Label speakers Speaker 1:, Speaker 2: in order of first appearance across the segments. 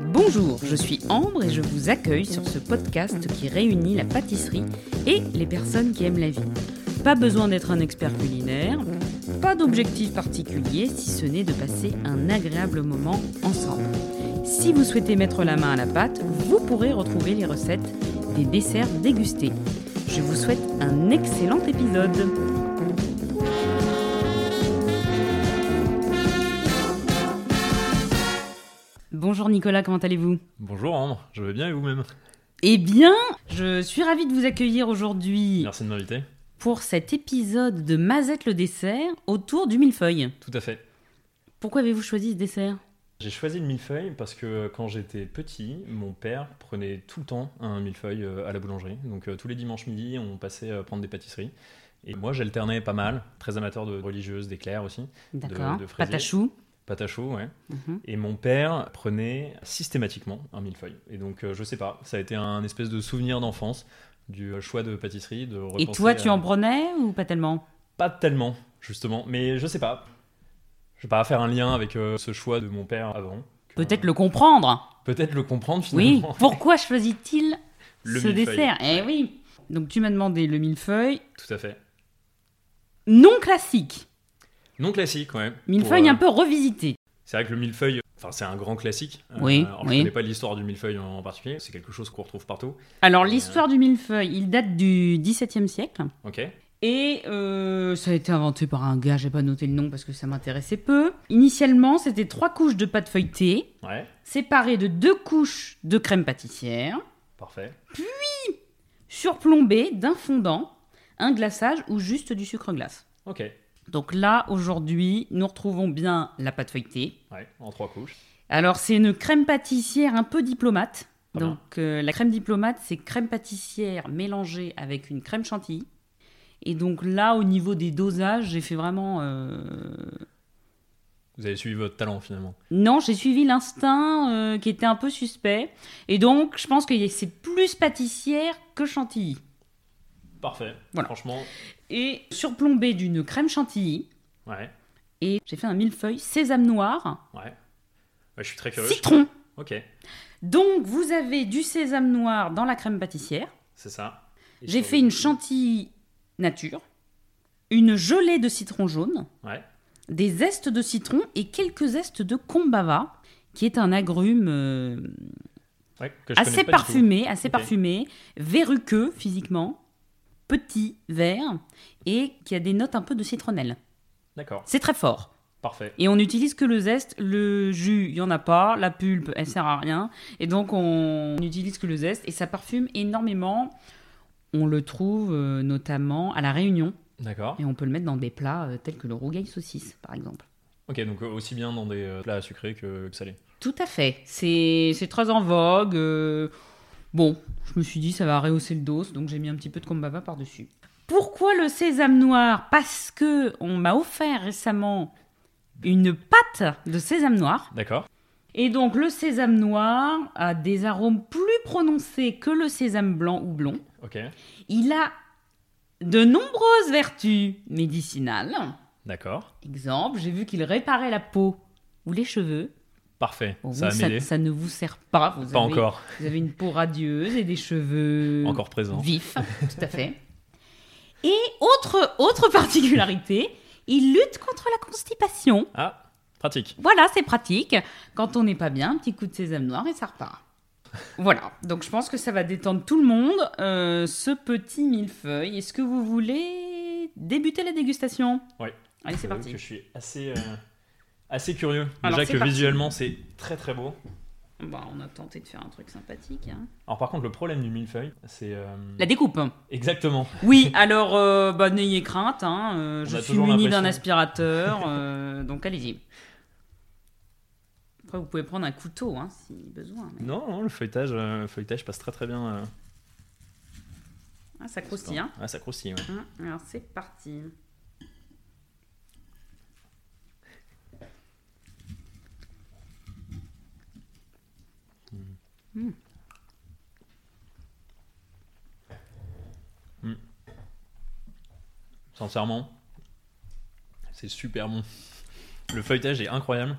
Speaker 1: Bonjour, je suis Ambre et je vous accueille sur ce podcast qui réunit la pâtisserie et les personnes qui aiment la vie. Pas besoin d'être un expert culinaire, pas d'objectif particulier si ce n'est de passer un agréable moment ensemble. Si vous souhaitez mettre la main à la pâte, vous pourrez retrouver les recettes des desserts dégustés. Je vous souhaite un excellent épisode. Bonjour Nicolas, comment allez-vous
Speaker 2: Bonjour Ambre, je vais bien et vous-même
Speaker 1: Eh bien, je suis ravie de vous accueillir aujourd'hui
Speaker 2: Merci de m'inviter.
Speaker 1: pour cet épisode de Mazette le dessert autour du millefeuille.
Speaker 2: Tout à fait.
Speaker 1: Pourquoi avez-vous choisi ce dessert
Speaker 2: J'ai choisi le millefeuille parce que euh, quand j'étais petit, mon père prenait tout le temps un millefeuille euh, à la boulangerie. Donc euh, tous les dimanches midi, on passait euh, prendre des pâtisseries. Et moi, j'alternais pas mal, très amateur de religieuses, d'éclairs aussi,
Speaker 1: D'accord,
Speaker 2: de fraisier.
Speaker 1: pâte à choux.
Speaker 2: pâte à choux, ouais.
Speaker 1: Mhm.
Speaker 2: Et mon père prenait systématiquement un millefeuille. Et donc, euh, je sais pas, ça a été un espèce de souvenir d'enfance du euh, choix de pâtisserie, de
Speaker 1: Et
Speaker 2: repenser
Speaker 1: toi, tu
Speaker 2: à-
Speaker 1: en prenais ou pas tellement
Speaker 2: Pas tellement, justement, mais je sais pas. Je vais pas faire un lien avec euh, ce choix de mon père avant. Que-
Speaker 1: Peut-être le comprendre.
Speaker 2: Peut-être le comprendre
Speaker 1: Oui.
Speaker 2: finalement.
Speaker 1: Pourquoi choisit-il
Speaker 2: Le
Speaker 1: ce
Speaker 2: millefeuille.
Speaker 1: dessert Eh oui. Donc tu m'as demandé le millefeuille
Speaker 2: Tout à fait.
Speaker 1: non classique.
Speaker 2: Non classique, ouais.
Speaker 1: Millefeuille
Speaker 2: Pour, euh,
Speaker 1: un peu revisité.
Speaker 2: C'est vrai que le millefeuille, enfin c'est un grand classique. Euh,
Speaker 1: Oui,
Speaker 2: alors,
Speaker 1: oui.
Speaker 2: Je connais pas l'histoire du millefeuille en particulier. C'est quelque chose qu'on retrouve partout.
Speaker 1: Alors
Speaker 2: Et, euh,
Speaker 1: l'histoire du millefeuille, il date du XVIIe siècle.
Speaker 2: Ok.
Speaker 1: Et euh, ça a été inventé par un gars, j'ai pas noté le nom parce que ça m'intéressait peu. Initialement, c'était trois couches de pâte feuilletée,
Speaker 2: Ouais.
Speaker 1: séparées de deux couches de crème pâtissière,
Speaker 2: Parfait.
Speaker 1: surplombées d'un fondant, un glaçage ou juste du sucre glace.
Speaker 2: Ok.
Speaker 1: Donc là, aujourd'hui, nous retrouvons bien la pâte feuilletée.
Speaker 2: Ouais. En trois couches.
Speaker 1: Alors c'est une crème pâtissière un peu diplomate.
Speaker 2: Pas bien.
Speaker 1: Donc euh, la crème diplomate, c'est crème pâtissière mélangée avec une crème chantilly. Et donc là, au niveau des dosages, j'ai fait vraiment... euh,
Speaker 2: Vous avez suivi votre talent finalement.
Speaker 1: Non, j'ai suivi l'instinct euh, qui était un peu suspect. Et donc, je pense que c'est plus pâtissière que chantilly.
Speaker 2: Parfait.
Speaker 1: Voilà.
Speaker 2: Franchement.
Speaker 1: Et surplombée d'une crème chantilly.
Speaker 2: Ouais.
Speaker 1: Et j'ai fait un millefeuille sésame noir,
Speaker 2: Ouais. Ouais, je suis très curieux.
Speaker 1: citron.
Speaker 2: Ok.
Speaker 1: Donc, vous avez du sésame noir dans la crème pâtissière.
Speaker 2: C'est ça. Et
Speaker 1: J'ai
Speaker 2: sur-
Speaker 1: fait une chantilly nature, une gelée de citron jaune,
Speaker 2: Ouais.
Speaker 1: des zestes de citron et quelques zestes de combava, qui est un agrume euh,
Speaker 2: Ouais, que je
Speaker 1: assez
Speaker 2: connais pas du tout.
Speaker 1: parfumé, assez
Speaker 2: Ok.
Speaker 1: parfumé, verruqueux physiquement, petit, vert, et qui a des notes un peu de citronnelle.
Speaker 2: D'accord.
Speaker 1: C'est très fort.
Speaker 2: Parfait.
Speaker 1: Et on n'utilise que le zeste, le jus, il n'y en a pas, la pulpe, elle sert à rien. Et donc on n'utilise que le zeste, et ça parfume énormément. On le trouve euh, notamment à La Réunion,
Speaker 2: D'accord.
Speaker 1: et on peut le mettre dans des plats euh, tels que le rougail saucisse, par exemple.
Speaker 2: Ok, donc euh, aussi bien dans des euh, plats sucrés que que salés.
Speaker 1: Tout à fait. C'est c'est très en vogue. euh, Bon, je me suis dit, ça va rehausser le dos, donc j'ai mis un petit peu de kombava par-dessus. Pourquoi le sésame noir Parce que on m'a offert récemment une pâte de sésame noir.
Speaker 2: D'accord.
Speaker 1: Et donc, le sésame noir a des arômes plus prononcés que le sésame blanc ou blond.
Speaker 2: Ok.
Speaker 1: Il a de nombreuses vertus médicinales.
Speaker 2: D'accord.
Speaker 1: Exemple, j'ai vu qu'il réparait la peau ou les cheveux.
Speaker 2: Parfait.
Speaker 1: Bon,
Speaker 2: ça a
Speaker 1: vous, ça,
Speaker 2: mêlé.
Speaker 1: ça ne vous sert pas. Vous
Speaker 2: Pas
Speaker 1: avez-
Speaker 2: encore.
Speaker 1: Vous avez une peau radieuse et des cheveux
Speaker 2: Encore présent.
Speaker 1: vifs, tout à fait. Et autre, autre particularité, il lutte contre la constipation.
Speaker 2: Ah, pratique.
Speaker 1: Voilà, c'est pratique. Quand on n'est pas bien, un petit coup de sésame noir et ça repart. Voilà, donc je pense que ça va détendre tout le monde, euh, ce petit millefeuille. Est-ce que vous voulez débuter la dégustation
Speaker 2: Ouais.
Speaker 1: Allez, c'est
Speaker 2: J'avoue
Speaker 1: parti.
Speaker 2: Bah Que je suis assez, euh, assez curieux.
Speaker 1: Alors,
Speaker 2: Déjà
Speaker 1: c'est
Speaker 2: que
Speaker 1: parti.
Speaker 2: visuellement, c'est très très beau.
Speaker 1: Bon, on a tenté de faire un truc sympathique. hein.
Speaker 2: Alors, par contre, le problème du millefeuille, c'est. euh,
Speaker 1: La découpe
Speaker 2: Exactement.
Speaker 1: Oui, alors euh, bah, n'ayez crainte, hein, euh, je
Speaker 2: a
Speaker 1: suis
Speaker 2: toujours
Speaker 1: muni d'un
Speaker 2: l'impression.
Speaker 1: aspirateur, euh, donc allez-y. Après, vous pouvez prendre un couteau hein, si besoin. mais-
Speaker 2: Non, non, le feuilletage, euh, le feuilletage passe très très bien. euh,
Speaker 1: Ah, ça croustille. Hein.
Speaker 2: Ah, ça croustille. ouais.
Speaker 1: Hum, Alors c'est parti.
Speaker 2: Sincèrement, c'est super bon. Le feuilletage est incroyable.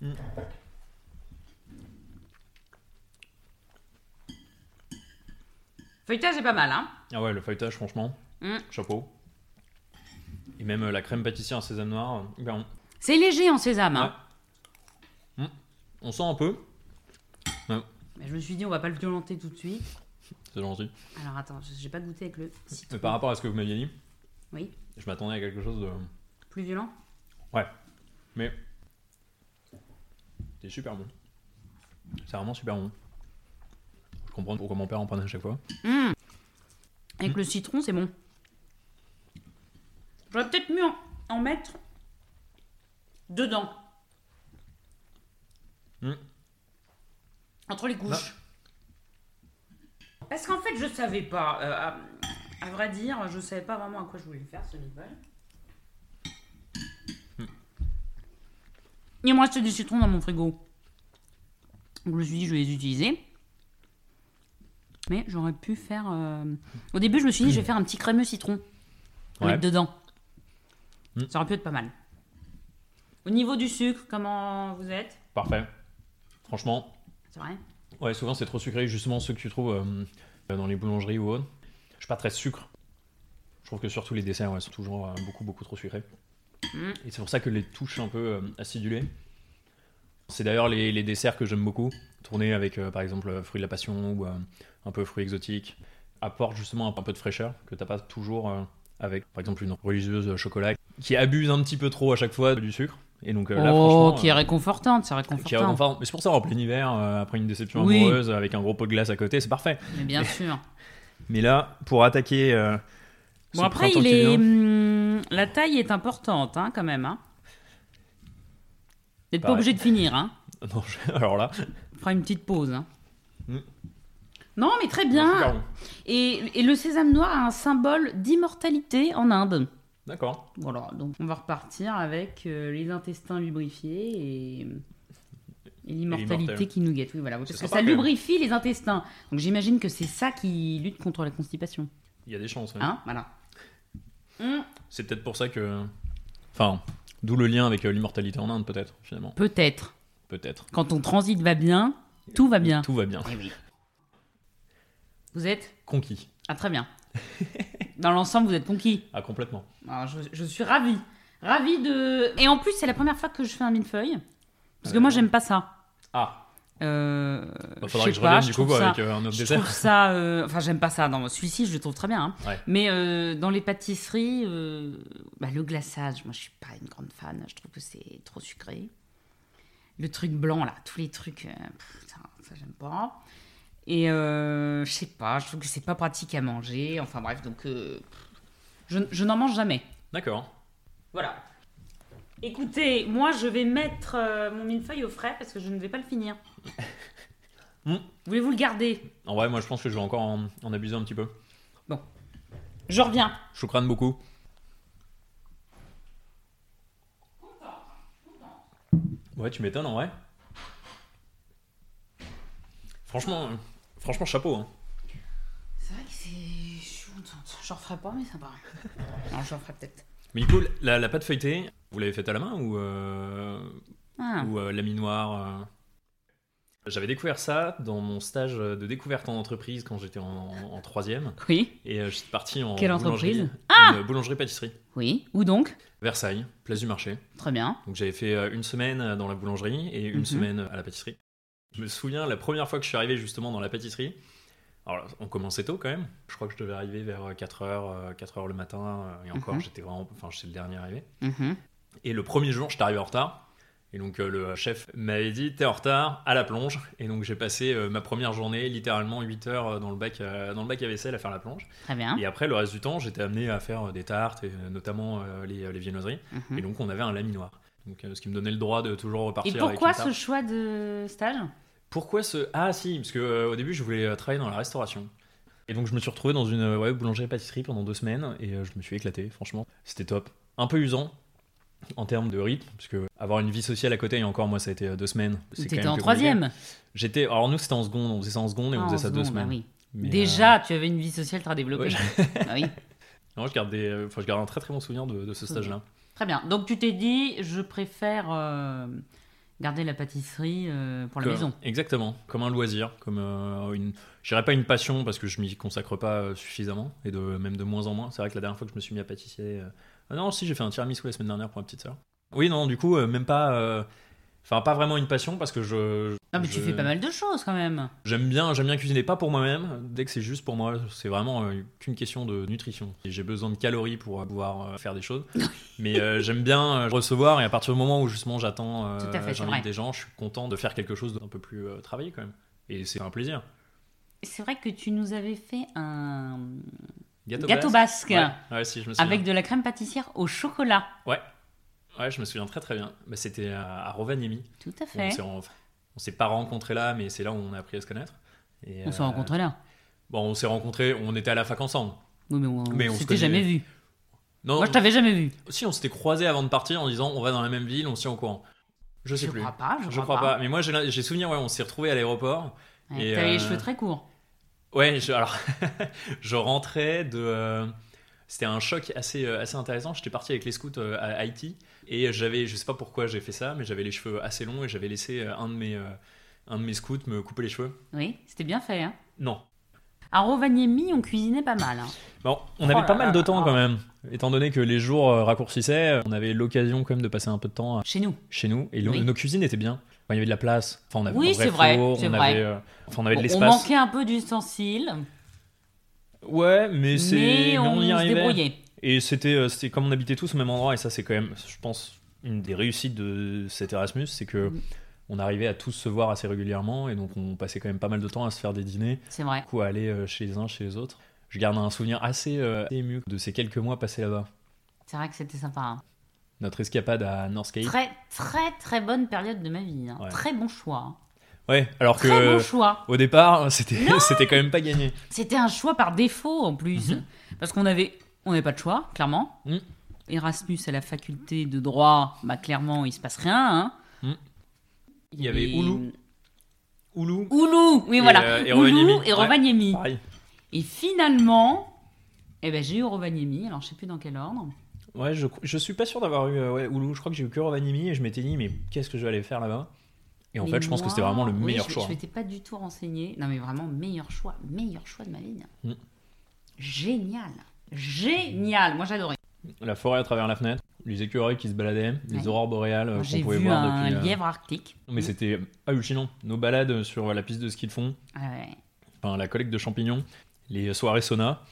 Speaker 2: Mm.
Speaker 1: Feuilletage est pas mal, hein
Speaker 2: Ah ouais, le feuilletage, franchement,
Speaker 1: Mm.
Speaker 2: chapeau. Et même euh, la crème pâtissière en sésame noir, euh, hyper bon.
Speaker 1: C'est léger en sésame, hein.
Speaker 2: Ouais. Mm. On sent un peu,
Speaker 1: Mais je me suis dit, on va pas le violenter tout de suite.
Speaker 2: c'est gentil.
Speaker 1: Alors attends, je- j'ai pas goûté avec le citron.
Speaker 2: Mais par rapport à ce que vous m'aviez dit,
Speaker 1: Oui,
Speaker 2: je m'attendais à quelque chose de.
Speaker 1: plus violent.
Speaker 2: Ouais, mais. C'est super bon. C'est vraiment super bon. Je comprends pourquoi mon père en prenait à chaque fois.
Speaker 1: Mmh. Avec le citron, c'est bon. J'aurais peut-être mieux en, en mettre dedans.
Speaker 2: Mmh.
Speaker 1: Entre les couches. Parce qu'en fait, je savais pas. euh, à, à vrai dire, je savais pas vraiment à quoi je voulais le faire, ce meatball. Il me reste du citron dans mon frigo. Donc je me suis dit, je vais les utiliser. Mais j'aurais pu faire. euh, Au début, je me suis dit, je vais faire un petit crémeux citron à
Speaker 2: Ouais.
Speaker 1: mettre dedans.
Speaker 2: Mm.
Speaker 1: Ça aurait pu être pas mal. Au niveau du sucre, comment vous êtes
Speaker 2: Parfait. Franchement,
Speaker 1: C'est vrai
Speaker 2: Ouais, souvent c'est trop sucré, justement ceux que tu trouves euh, dans les boulangeries ou autres. Je suis pas très sucre. Je trouve que surtout les desserts ouais, sont toujours euh, beaucoup, beaucoup trop sucrés.
Speaker 1: Mm.
Speaker 2: Et c'est pour ça que les touches un peu euh, acidulées. C'est d'ailleurs les, les desserts que j'aime beaucoup. Tourner avec euh, par exemple euh, fruits de la passion ou euh, un peu fruits exotiques. Apporte justement un, un peu de fraîcheur que t'as pas toujours euh, avec par exemple une religieuse au chocolat qui abuse un petit peu trop à chaque fois du sucre. Et donc euh, là,
Speaker 1: Oh,
Speaker 2: franchement,
Speaker 1: qui est
Speaker 2: euh,
Speaker 1: réconfortante, c'est
Speaker 2: qui est
Speaker 1: réconfortant.
Speaker 2: réconfortant. Mais c'est pour ça en plein hiver, euh, après une déception
Speaker 1: Oui.
Speaker 2: amoureuse, avec un gros pot de glace à côté, c'est parfait.
Speaker 1: Mais bien sûr.
Speaker 2: Mais là, pour attaquer. euh,
Speaker 1: Bon,
Speaker 2: ce
Speaker 1: après,
Speaker 2: printemps
Speaker 1: il
Speaker 2: qui
Speaker 1: est...
Speaker 2: vient,
Speaker 1: hum, la taille est importante, hein, quand même. Hein. Vous n'êtes pas
Speaker 2: Pareil.
Speaker 1: obligé de finir. Hein.
Speaker 2: non, je- Alors là,
Speaker 1: On fera une petite pause. hein.
Speaker 2: Mm.
Speaker 1: Non, mais très
Speaker 2: c'est super
Speaker 1: bien.
Speaker 2: bon.
Speaker 1: Et, et le sésame noir a un symbole d'immortalité en Inde.
Speaker 2: D'accord.
Speaker 1: Voilà, donc on va repartir avec euh, les intestins lubrifiés et, et l'immortalité
Speaker 2: l'immortel.
Speaker 1: qui nous guette. Oui, voilà, parce que
Speaker 2: sympa,
Speaker 1: ça
Speaker 2: quand même.
Speaker 1: lubrifie les intestins. Donc j'imagine que c'est ça qui lutte contre la constipation.
Speaker 2: Il y a des chances. ouais.
Speaker 1: Hein Voilà. Hum,
Speaker 2: C'est peut-être pour ça que. Enfin, d'où le lien avec euh, l'immortalité en Inde, peut-être, finalement.
Speaker 1: Peut-être.
Speaker 2: Peut-être.
Speaker 1: Quand ton transit va bien, tout va bien.
Speaker 2: Tout va bien.
Speaker 1: Eh oui. Vous êtes
Speaker 2: Conquis.
Speaker 1: Ah, très bien. Dans l'ensemble, vous êtes conquis.
Speaker 2: Ah, complètement.
Speaker 1: Alors, je, je suis ravie. Ravie de. Et en plus, c'est la première fois que je fais un millefeuille. Parce que moi, j'aime pas ça.
Speaker 2: Ah,
Speaker 1: Euh,
Speaker 2: va
Speaker 1: je sais
Speaker 2: falloir Bah, que je
Speaker 1: pas,
Speaker 2: revienne
Speaker 1: je
Speaker 2: du coup
Speaker 1: trouve ça-
Speaker 2: avec euh, un autre
Speaker 1: Je
Speaker 2: dessert.
Speaker 1: trouve ça. euh, Enfin, j'aime pas ça. Non, celui-ci, je le trouve très bien. hein.
Speaker 2: Ouais.
Speaker 1: Mais euh, dans les pâtisseries, euh, bah, le glaçage, moi, je suis pas une grande fan. Je trouve que c'est trop sucré. Le truc blanc, là, tous les trucs, euh, pff, ça, ça, j'aime pas. Et euh, je sais pas, je trouve que c'est pas pratique à manger. Enfin, bref, donc. euh, je je n'en mange jamais.
Speaker 2: D'accord.
Speaker 1: Voilà. Écoutez, moi je vais mettre euh, mon millefeuille au frais parce que je ne vais pas le finir.
Speaker 2: Hmm.
Speaker 1: Voulez-vous le garder
Speaker 2: En vrai, moi, je pense que je vais encore en, en abuser un petit peu.
Speaker 1: Je reviens.
Speaker 2: Je vous crâne beaucoup. Ouais, tu m'étonnes en vrai. Franchement, euh, franchement chapeau. hein.
Speaker 1: C'est vrai que c'est. Je suis contente. J'en referai pas, mais ça va. non, j'en referai peut-être.
Speaker 2: Mais du coup, la, la pâte feuilletée, vous l'avez faite à la main ou, euh,
Speaker 1: Ah.
Speaker 2: ou euh, la minoire euh J'avais découvert ça dans mon stage de découverte en entreprise quand j'étais en, en troisième.
Speaker 1: Oui,
Speaker 2: Et euh, je suis parti en
Speaker 1: Quelle
Speaker 2: boulangerie,
Speaker 1: entreprise Ah!
Speaker 2: une boulangerie-pâtisserie.
Speaker 1: oui. Où donc
Speaker 2: Versailles, place du marché.
Speaker 1: Très bien.
Speaker 2: Donc j'avais fait euh, une semaine euh, dans la boulangerie et une
Speaker 1: Mhm.
Speaker 2: semaine euh, à la pâtisserie. Je me souviens la première fois que je suis arrivé justement dans la pâtisserie. Alors on commençait tôt quand même. Je crois que je devais arriver vers euh, 4h, 4h le matin euh, et encore
Speaker 1: Mhm.
Speaker 2: j'étais vraiment enfin j'étais le dernier arrivé.
Speaker 1: Mhm.
Speaker 2: Et le premier jour, j'étais arrivé en retard. Et donc euh, le chef m'avait dit t'es en retard à la plonge et donc j'ai passé euh, ma première journée littéralement 8 heures euh, dans le bac euh, dans le bac à vaisselle à faire la plonge
Speaker 1: Très bien.
Speaker 2: et après le reste du temps j'étais amené à faire euh, des tartes et euh, notamment euh, les, les viennoiseries
Speaker 1: Mhm.
Speaker 2: et donc on avait un laminoir. Donc euh, ce qui me donnait le droit de toujours
Speaker 1: Et
Speaker 2: repartir.
Speaker 1: pourquoi
Speaker 2: avec une
Speaker 1: ce
Speaker 2: tarte.
Speaker 1: choix de stage
Speaker 2: Pourquoi ce Ah si, parce que euh, au début je voulais euh, travailler dans la restauration. Et donc je me suis retrouvé dans une euh, ouais, boulangerie-pâtisserie pendant deux semaines et euh, je me suis éclaté. Franchement, c'était top. Un peu usant en termes de rythme, parce que avoir une vie sociale à côté et encore moi ça a été euh, deux semaines. c'est quand
Speaker 1: T'étais
Speaker 2: même
Speaker 1: en
Speaker 2: plus compliqué.
Speaker 1: troisième.
Speaker 2: J'étais. Alors nous c'était en seconde, on faisait ça en seconde et
Speaker 1: Ah,
Speaker 2: on faisait
Speaker 1: en
Speaker 2: ça deux
Speaker 1: seconde, bah
Speaker 2: semaines.
Speaker 1: oui.
Speaker 2: Mais, euh,
Speaker 1: Déjà, tu avais une vie sociale très développée.
Speaker 2: Ouais,
Speaker 1: Bah oui.
Speaker 2: euh, non, je garde des. euh, Enfin, je garde
Speaker 1: Hmm.
Speaker 2: un très très bon souvenir de, de ce stage-là.
Speaker 1: Très bien. Donc tu t'es dit, je préfère euh, garder la pâtisserie euh, pour la
Speaker 2: Que-
Speaker 1: maison.
Speaker 2: Exactement, comme un loisir, comme euh, une. Je dirais pas une passion parce que je m'y consacre pas euh, suffisamment et de même de moins en moins. C'est vrai que la dernière fois que je me suis mis à pâtissier, euh, ah non, si j'ai fait un tiramisu la semaine dernière pour ma petite sœur. Oui, non, du coup, euh, même pas. euh, Enfin, pas vraiment une passion parce que je.
Speaker 1: Non, mais tu
Speaker 2: je-
Speaker 1: fais pas mal de choses quand même.
Speaker 2: J'aime bien, j'aime bien cuisiner, pas pour moi-même. Dès que c'est juste pour moi, c'est vraiment euh, qu'une question de nutrition. Et J'ai besoin de calories pour euh, pouvoir euh, faire des choses, mais euh, j'aime bien euh, recevoir. Et à partir du moment où justement j'attends, euh,
Speaker 1: Tout à fait, c'est vrai.
Speaker 2: j'invite des gens, je suis content de faire quelque chose d'un peu plus euh, travaillé quand même. Et c'est un plaisir.
Speaker 1: C'est vrai que tu nous avais fait un
Speaker 2: Gâteau,
Speaker 1: gâteau
Speaker 2: basque.
Speaker 1: basque,
Speaker 2: Ouais, ouais, si, je me souviens.
Speaker 1: avec de la crème pâtissière au chocolat.
Speaker 2: Ouais, je me souviens très très bien. Bah, c'était à, à Rovaniemi.
Speaker 1: Tout à
Speaker 2: On
Speaker 1: fait.
Speaker 2: s'est en- on s'est pas rencontrés là, mais c'est là où on a appris à se connaître. Et,
Speaker 1: On s'est
Speaker 2: euh,
Speaker 1: rencontrés là.
Speaker 2: Bon, on s'est rencontrés. On était à la fac ensemble.
Speaker 1: Oui, mais on,
Speaker 2: mais on se
Speaker 1: s'était jamais
Speaker 2: connaît.
Speaker 1: vu.
Speaker 2: Non,
Speaker 1: Moi, je t'avais jamais vu.
Speaker 2: Si on s'était croisés avant de partir en disant on va dans la même ville, on se tient au courant. Je sais
Speaker 1: je
Speaker 2: plus.
Speaker 1: crois pas. Je,
Speaker 2: je crois pas. Mais moi j'ai l'in- j'ai souvenir, ouais, on s'est retrouvés à l'aéroport.
Speaker 1: Ouais,
Speaker 2: Et,
Speaker 1: T'avais les
Speaker 2: euh,
Speaker 1: cheveux très courts.
Speaker 2: Ouais, je, alors je rentrais de. euh, C'était un choc assez, euh, assez intéressant. J'étais parti avec les scouts euh, à Haïti et j'avais, je sais pas pourquoi j'ai fait ça, mais j'avais les cheveux assez longs et j'avais laissé euh, un de mes, euh, un de mes scouts me couper les cheveux.
Speaker 1: Oui, c'était bien fait. Hein.
Speaker 2: Non.
Speaker 1: À Rovaniemi, on cuisinait pas mal. hein.
Speaker 2: Bon, on
Speaker 1: Oh
Speaker 2: avait
Speaker 1: là
Speaker 2: pas mal
Speaker 1: là
Speaker 2: de
Speaker 1: là
Speaker 2: temps
Speaker 1: là.
Speaker 2: quand même, étant donné que les jours euh, raccourcissaient, on avait l'occasion quand même de passer un peu de temps à
Speaker 1: Chez nous.
Speaker 2: chez nous et
Speaker 1: Oui.
Speaker 2: nos cuisines étaient bien. Enfin, il y avait de la place. Enfin, on avait
Speaker 1: Oui,
Speaker 2: un vrai
Speaker 1: c'est vrai,
Speaker 2: four,
Speaker 1: c'est
Speaker 2: on
Speaker 1: vrai.
Speaker 2: avait, euh, enfin, on avait de
Speaker 1: on
Speaker 2: l'espace.
Speaker 1: manquait un peu d'ustensiles,
Speaker 2: Ouais, mais c'est
Speaker 1: mais
Speaker 2: mais
Speaker 1: on,
Speaker 2: y
Speaker 1: se
Speaker 2: arrivait.
Speaker 1: débrouillait.
Speaker 2: Et c'était euh, c'était comme on habitait tous au même endroit et ça c'est quand même je pense une des réussites de cet Erasmus, c'est que
Speaker 1: Mm.
Speaker 2: on arrivait à tous se voir assez régulièrement et donc on passait quand même pas mal de temps à se faire des dîners,
Speaker 1: C'est vrai.
Speaker 2: du coup à aller euh, chez les uns chez les autres. Je garde un souvenir assez, euh, assez ému de ces quelques mois passés là-bas.
Speaker 1: C'est vrai que c'était sympa. hein.
Speaker 2: Notre escapade à Northgate.
Speaker 1: Très, très, très bonne période de ma vie. hein.
Speaker 2: Ouais.
Speaker 1: Très bon choix. hein.
Speaker 2: Ouais, alors que
Speaker 1: Très bon
Speaker 2: euh,
Speaker 1: choix.
Speaker 2: au départ, c'était
Speaker 1: Non
Speaker 2: c'était quand même pas gagné.
Speaker 1: C'était un choix par défaut en plus. Parce qu'on avait, on n'avait pas de choix, clairement.
Speaker 2: Mhm.
Speaker 1: Erasmus à la faculté de droit, bah clairement, il se passe rien. hein.
Speaker 2: Mhm. Il y avait Oulu. Oulu,
Speaker 1: Oulu, oui
Speaker 2: Et,
Speaker 1: voilà.
Speaker 2: euh, et
Speaker 1: Oulu
Speaker 2: Rovaniemi.
Speaker 1: et Rovaniemi.
Speaker 2: pareil.
Speaker 1: Et finalement, eh ben, j'ai eu Rovaniemi, alors je sais plus dans quel ordre.
Speaker 2: Ouais, je, je suis pas sûr d'avoir eu euh, ouais, Oulu. Je crois que j'ai eu que Rovaniemi et je m'étais dit, mais qu'est-ce que je vais aller faire là-bas Et en
Speaker 1: Mais
Speaker 2: fait, je pense que
Speaker 1: moi,
Speaker 2: c'était vraiment le
Speaker 1: oui,
Speaker 2: meilleur
Speaker 1: je-
Speaker 2: choix.
Speaker 1: Je m'étais pas du tout renseignée. Non, mais vraiment, meilleur choix. Meilleur choix de ma vie.
Speaker 2: Mm.
Speaker 1: Génial. Génial. Moi, j'adorais.
Speaker 2: Euh, La forêt à travers la fenêtre, les écureuils qui se baladaient, les
Speaker 1: Ouais.
Speaker 2: aurores boréales euh,
Speaker 1: Moi,
Speaker 2: qu'on
Speaker 1: J'ai
Speaker 2: pouvait
Speaker 1: vu
Speaker 2: voir
Speaker 1: un
Speaker 2: depuis. euh,
Speaker 1: lièvre arctique.
Speaker 2: Mais c'était hallucinant. Nos balades sur la piste de ski de fond,
Speaker 1: Ah ouais.
Speaker 2: enfin, la collecte de champignons, les soirées sauna.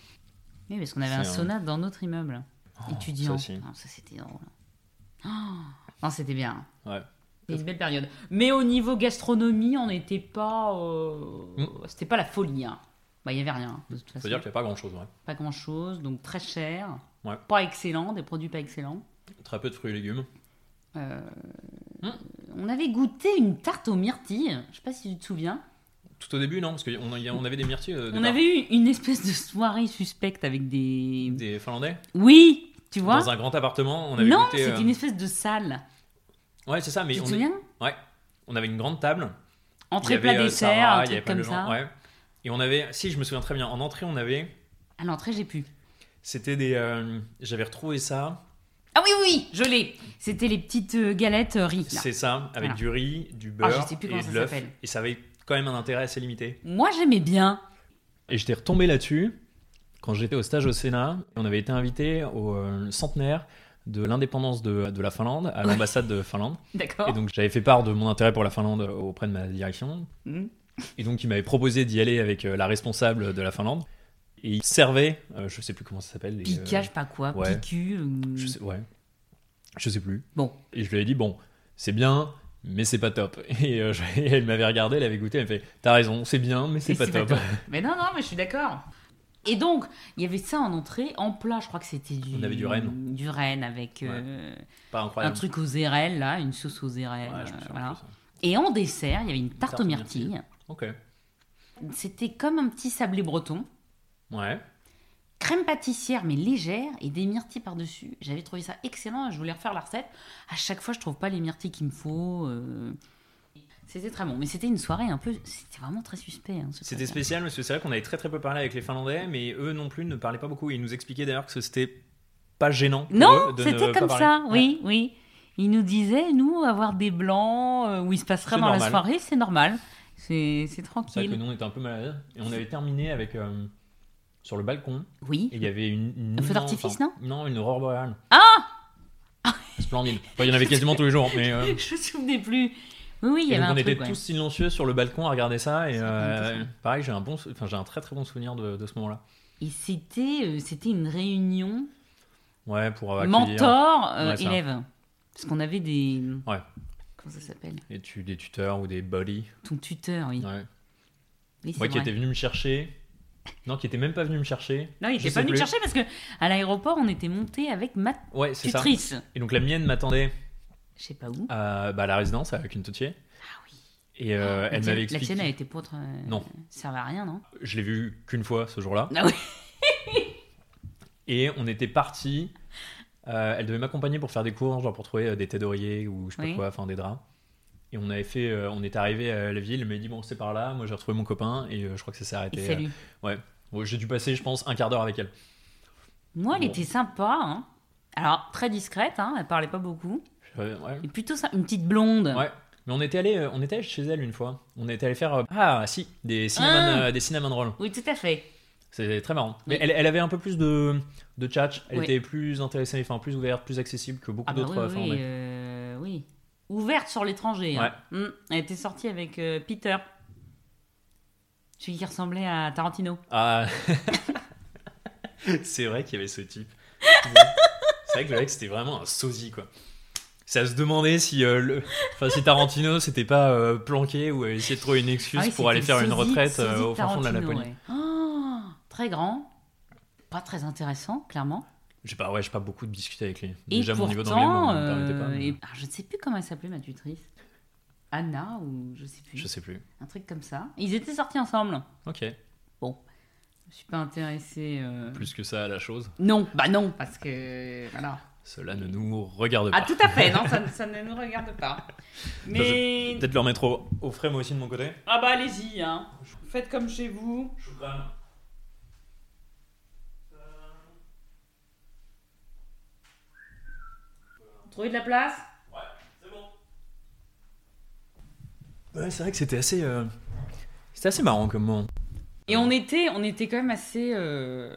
Speaker 1: Oui, parce qu'on avait
Speaker 2: C'est
Speaker 1: un
Speaker 2: un-
Speaker 1: sauna dans notre immeuble.
Speaker 2: Oh,
Speaker 1: étudiant.
Speaker 2: ça aussi.
Speaker 1: Non, ah, ça, c'était drôle. Oh, non, c'était bien.
Speaker 2: Ouais.
Speaker 1: C'était une belle période. Mais au niveau gastronomie, on n'était pas. euh,
Speaker 2: Mm.
Speaker 1: C'était pas la folie. hein. Bah, il n'y avait rien. De toute façon.
Speaker 2: C'est-à-dire qu'il n'y a pas grand-chose, hein. ouais.
Speaker 1: pas grand chose, donc très cher,
Speaker 2: Ouais.
Speaker 1: pas excellent, des produits pas excellents.
Speaker 2: Très peu de fruits et légumes.
Speaker 1: Euh,
Speaker 2: Hmm.
Speaker 1: On avait goûté une tarte aux myrtilles, je sais pas si tu te souviens.
Speaker 2: Tout au début, non, parce qu'on on avait des myrtilles. euh, au
Speaker 1: on
Speaker 2: départ.
Speaker 1: avait eu une espèce de soirée suspecte avec des.
Speaker 2: des Finlandais.
Speaker 1: Oui, tu vois.
Speaker 2: Dans un grand appartement, on avait
Speaker 1: Non,
Speaker 2: goûté,
Speaker 1: c'était
Speaker 2: euh,
Speaker 1: une espèce de salle.
Speaker 2: Ouais, c'est ça, mais
Speaker 1: tu
Speaker 2: on,
Speaker 1: te
Speaker 2: est-
Speaker 1: souviens
Speaker 2: ouais. on avait une grande table. Il y
Speaker 1: Entrée
Speaker 2: avait,
Speaker 1: plat
Speaker 2: euh,
Speaker 1: dessert,
Speaker 2: Sarah,
Speaker 1: un
Speaker 2: il y avait
Speaker 1: truc
Speaker 2: pas mal
Speaker 1: comme
Speaker 2: de gens,
Speaker 1: ça.
Speaker 2: ouais. Et on avait, si je me souviens très bien, en entrée on avait,
Speaker 1: À l'entrée, j'ai pu.
Speaker 2: c'était des, euh, j'avais retrouvé ça,
Speaker 1: Ah oui, oui, je l'ai. C'était les petites euh, galettes euh, riz. là.
Speaker 2: c'est ça, avec
Speaker 1: Voilà.
Speaker 2: du riz, du
Speaker 1: Ah, je
Speaker 2: beurre
Speaker 1: sais plus comment
Speaker 2: et
Speaker 1: ça
Speaker 2: de l'œuf,
Speaker 1: s'appelle.
Speaker 2: et ça avait quand même un intérêt assez limité.
Speaker 1: Moi, j'aimais bien.
Speaker 2: Et j'étais retombé là-dessus quand j'étais au stage au Sénat. On avait été invité au euh, centenaire de l'indépendance de, de la Finlande, à l'ambassade de Finlande.
Speaker 1: D'accord.
Speaker 2: Et donc j'avais fait part de mon intérêt pour la Finlande auprès de ma direction.
Speaker 1: Hmm.
Speaker 2: Et donc, il m'avait proposé d'y aller avec euh, la responsable de la Finlande. Et il servait, euh, je sais plus comment ça s'appelle. les, euh,
Speaker 1: Pica, je sais pas quoi,
Speaker 2: ouais.
Speaker 1: picu. euh,
Speaker 2: je sais, ouais. Je sais plus.
Speaker 1: Bon,
Speaker 2: Et je lui ai dit, bon, c'est bien, mais c'est pas top. Et euh, je- et elle m'avait regardé, elle avait goûté, elle m'a fait, t'as raison, c'est bien, mais c'est
Speaker 1: Et
Speaker 2: pas, top.
Speaker 1: Mais non, non, mais je suis d'accord. Et donc, il y avait ça en entrée, en plat, je crois que c'était du.
Speaker 2: On avait du renne.
Speaker 1: Du renne avec euh,
Speaker 2: Pas
Speaker 1: un
Speaker 2: incroyable.
Speaker 1: truc aux érelles, là, une sauce aux érelles.
Speaker 2: Ouais, je me
Speaker 1: euh,
Speaker 2: souviens
Speaker 1: voilà.
Speaker 2: plus, ça.
Speaker 1: Et en dessert, il y avait une tarte,
Speaker 2: tarte
Speaker 1: aux
Speaker 2: aux
Speaker 1: myrtilles.
Speaker 2: Ok.
Speaker 1: C'était comme un petit sablé breton.
Speaker 2: Ouais.
Speaker 1: Crème pâtissière, mais légère, et des myrtilles par-dessus. J'avais trouvé ça excellent, je voulais refaire la recette. À chaque fois, je trouve pas les myrtilles qu'il me faut. euh. C'était très bon. Mais c'était une soirée un peu. C'était vraiment très suspect. hein, ce
Speaker 2: C'était
Speaker 1: truc-là.
Speaker 2: spécial parce que c'est vrai qu'on avait très très peu parlé avec les Finlandais, mais eux non plus ne parlaient pas beaucoup. Ils nous expliquaient d'ailleurs que c'était pas gênant. pour
Speaker 1: Non,
Speaker 2: eux de ne
Speaker 1: c'était
Speaker 2: pas
Speaker 1: comme
Speaker 2: parler.
Speaker 1: ça,
Speaker 2: Ouais.
Speaker 1: oui, oui. Il nous disait, nous, avoir des blancs euh, où il se passe rien
Speaker 2: C'est
Speaker 1: dans la
Speaker 2: normal.
Speaker 1: soirée, c'est normal. C'est c'est
Speaker 2: C'est vrai que
Speaker 1: tranquille.
Speaker 2: nous, on était un peu malades. Et on avait terminé avec. euh, sur le balcon,
Speaker 1: Oui.
Speaker 2: et il y avait une. une
Speaker 1: Un feu
Speaker 2: immense-
Speaker 1: d'artifice,
Speaker 2: enfin, Non, une aurore boréale.
Speaker 1: Ah
Speaker 2: Splendide. Enfin, il y en avait quasiment tous les jours, mais. euh,
Speaker 1: Je me souvenais plus. Oui, oui, il y
Speaker 2: Et
Speaker 1: avait
Speaker 2: donc,
Speaker 1: un
Speaker 2: on était
Speaker 1: truc. ouais.
Speaker 2: tous silencieux sur le balcon à regarder ça et
Speaker 1: C'est
Speaker 2: euh,
Speaker 1: intéressant.
Speaker 2: pareil j'ai un bon sou- enfin j'ai un très très bon souvenir de, de ce moment là
Speaker 1: Et c'était euh, c'était une réunion
Speaker 2: ouais pour euh, accueillir
Speaker 1: mentor euh,
Speaker 2: Ouais, ça.
Speaker 1: élève. Parce qu'on avait des.
Speaker 2: Ouais.
Speaker 1: Comment ça s'appelle
Speaker 2: et tu, des tuteurs ou des buddies
Speaker 1: Ton tuteur, oui.
Speaker 2: ouais.
Speaker 1: Oui, c'est
Speaker 2: moi qui
Speaker 1: vrai.
Speaker 2: était venu me chercher non qui était même pas venu me chercher
Speaker 1: Non, il
Speaker 2: je
Speaker 1: était
Speaker 2: sais
Speaker 1: pas venu te
Speaker 2: plus.
Speaker 1: chercher parce que à l'aéroport, on était monté avec ma
Speaker 2: ouais c'est ça
Speaker 1: tutrice.
Speaker 2: et donc la mienne m'attendait
Speaker 1: Je sais pas où.
Speaker 2: à, bah, à la résidence avec une toutier
Speaker 1: Ah oui.
Speaker 2: et euh,
Speaker 1: La tienne-
Speaker 2: elle m'avait
Speaker 1: La tienne, elle
Speaker 2: expliqué
Speaker 1: était pour être. euh,
Speaker 2: Non.
Speaker 1: servait à rien, non
Speaker 2: je l'ai vu qu'une fois ce jour là
Speaker 1: Ah oui.
Speaker 2: et on était parti elle devait m'accompagner pour faire des cours genre pour trouver euh, des thés d'oreiller ou je sais
Speaker 1: Oui.
Speaker 2: pas quoi enfin des draps et on avait fait euh, on était arrivé à la ville elle m'a dit bon c'est par là moi j'ai retrouvé mon copain et euh, je crois que ça s'est
Speaker 1: Et
Speaker 2: arrêté euh,
Speaker 1: salut.
Speaker 2: Ouais, J'ai dû passer, je pense, un quart d'heure avec elle.
Speaker 1: Moi, elle
Speaker 2: bon.
Speaker 1: était sympa. hein. Alors, très discrète, hein, elle parlait pas beaucoup.
Speaker 2: Euh, ouais.
Speaker 1: Et plutôt ça, une petite blonde.
Speaker 2: Ouais. Mais on était allé, euh, on était allé chez elle une fois. On était allé faire euh, ah si des cinnamon,
Speaker 1: Ah.
Speaker 2: euh, des cinnamon rolls.
Speaker 1: Oui, tout à fait.
Speaker 2: C'est très marrant.
Speaker 1: Oui.
Speaker 2: Mais elle, elle avait un peu plus de de tchatch. Elle
Speaker 1: Oui.
Speaker 2: était plus intéressée, enfin plus ouverte, plus accessible que beaucoup
Speaker 1: Ah, bah oui,
Speaker 2: d'autres euh,
Speaker 1: oui,
Speaker 2: Finlandais.
Speaker 1: euh, oui. Ouverte sur l'étranger. hein. Mm. Elle était sortie avec euh, Peter. Celui qui ressemblait à Tarantino.
Speaker 2: Ah. c'est vrai qu'il y avait ce type. c'est vrai que le mec c'était vraiment un sosie quoi. Ça se demandait si, euh, le... enfin, si Tarantino s'était pas euh, planqué ou avait essayé de trouver une excuse
Speaker 1: Ah oui,
Speaker 2: pour aller
Speaker 1: c'était
Speaker 2: faire une
Speaker 1: sosie-
Speaker 2: retraite
Speaker 1: sosie
Speaker 2: euh,
Speaker 1: de
Speaker 2: au fin fond de la
Speaker 1: Tarantino,
Speaker 2: Laponie.
Speaker 1: ouais. Ah, très grand. Pas très intéressant, clairement.
Speaker 2: J'ai pas, ouais, j'ai pas beaucoup discuté avec lui.
Speaker 1: Et
Speaker 2: Déjà,
Speaker 1: pourtant,
Speaker 2: mon niveau d'anglais ne me
Speaker 1: euh,
Speaker 2: permettait pas. mais
Speaker 1: et- ah, je ne sais plus comment elle s'appelait, ma tutrice. Anna ou je sais plus.
Speaker 2: Je sais plus.
Speaker 1: Un truc comme ça. Ils étaient sortis ensemble.
Speaker 2: Ok,
Speaker 1: Je suis pas intéressée. euh,
Speaker 2: plus que ça à la chose,
Speaker 1: Non, bah non, parce que voilà.
Speaker 2: cela ne nous regarde pas.
Speaker 1: Ah tout à fait, non, ça, ça ne nous regarde pas. Mais
Speaker 2: Peut-être le remettre au, au frais, moi aussi, de mon côté.
Speaker 1: ah bah allez-y, hein. Faites comme chez vous.
Speaker 2: Je vous crame.
Speaker 1: Trouvez de la place.
Speaker 2: Ouais, c'est bon. Ouais, c'est vrai que c'était assez. euh, C'était assez marrant comme moment.
Speaker 1: Et on était, on était quand même assez euh,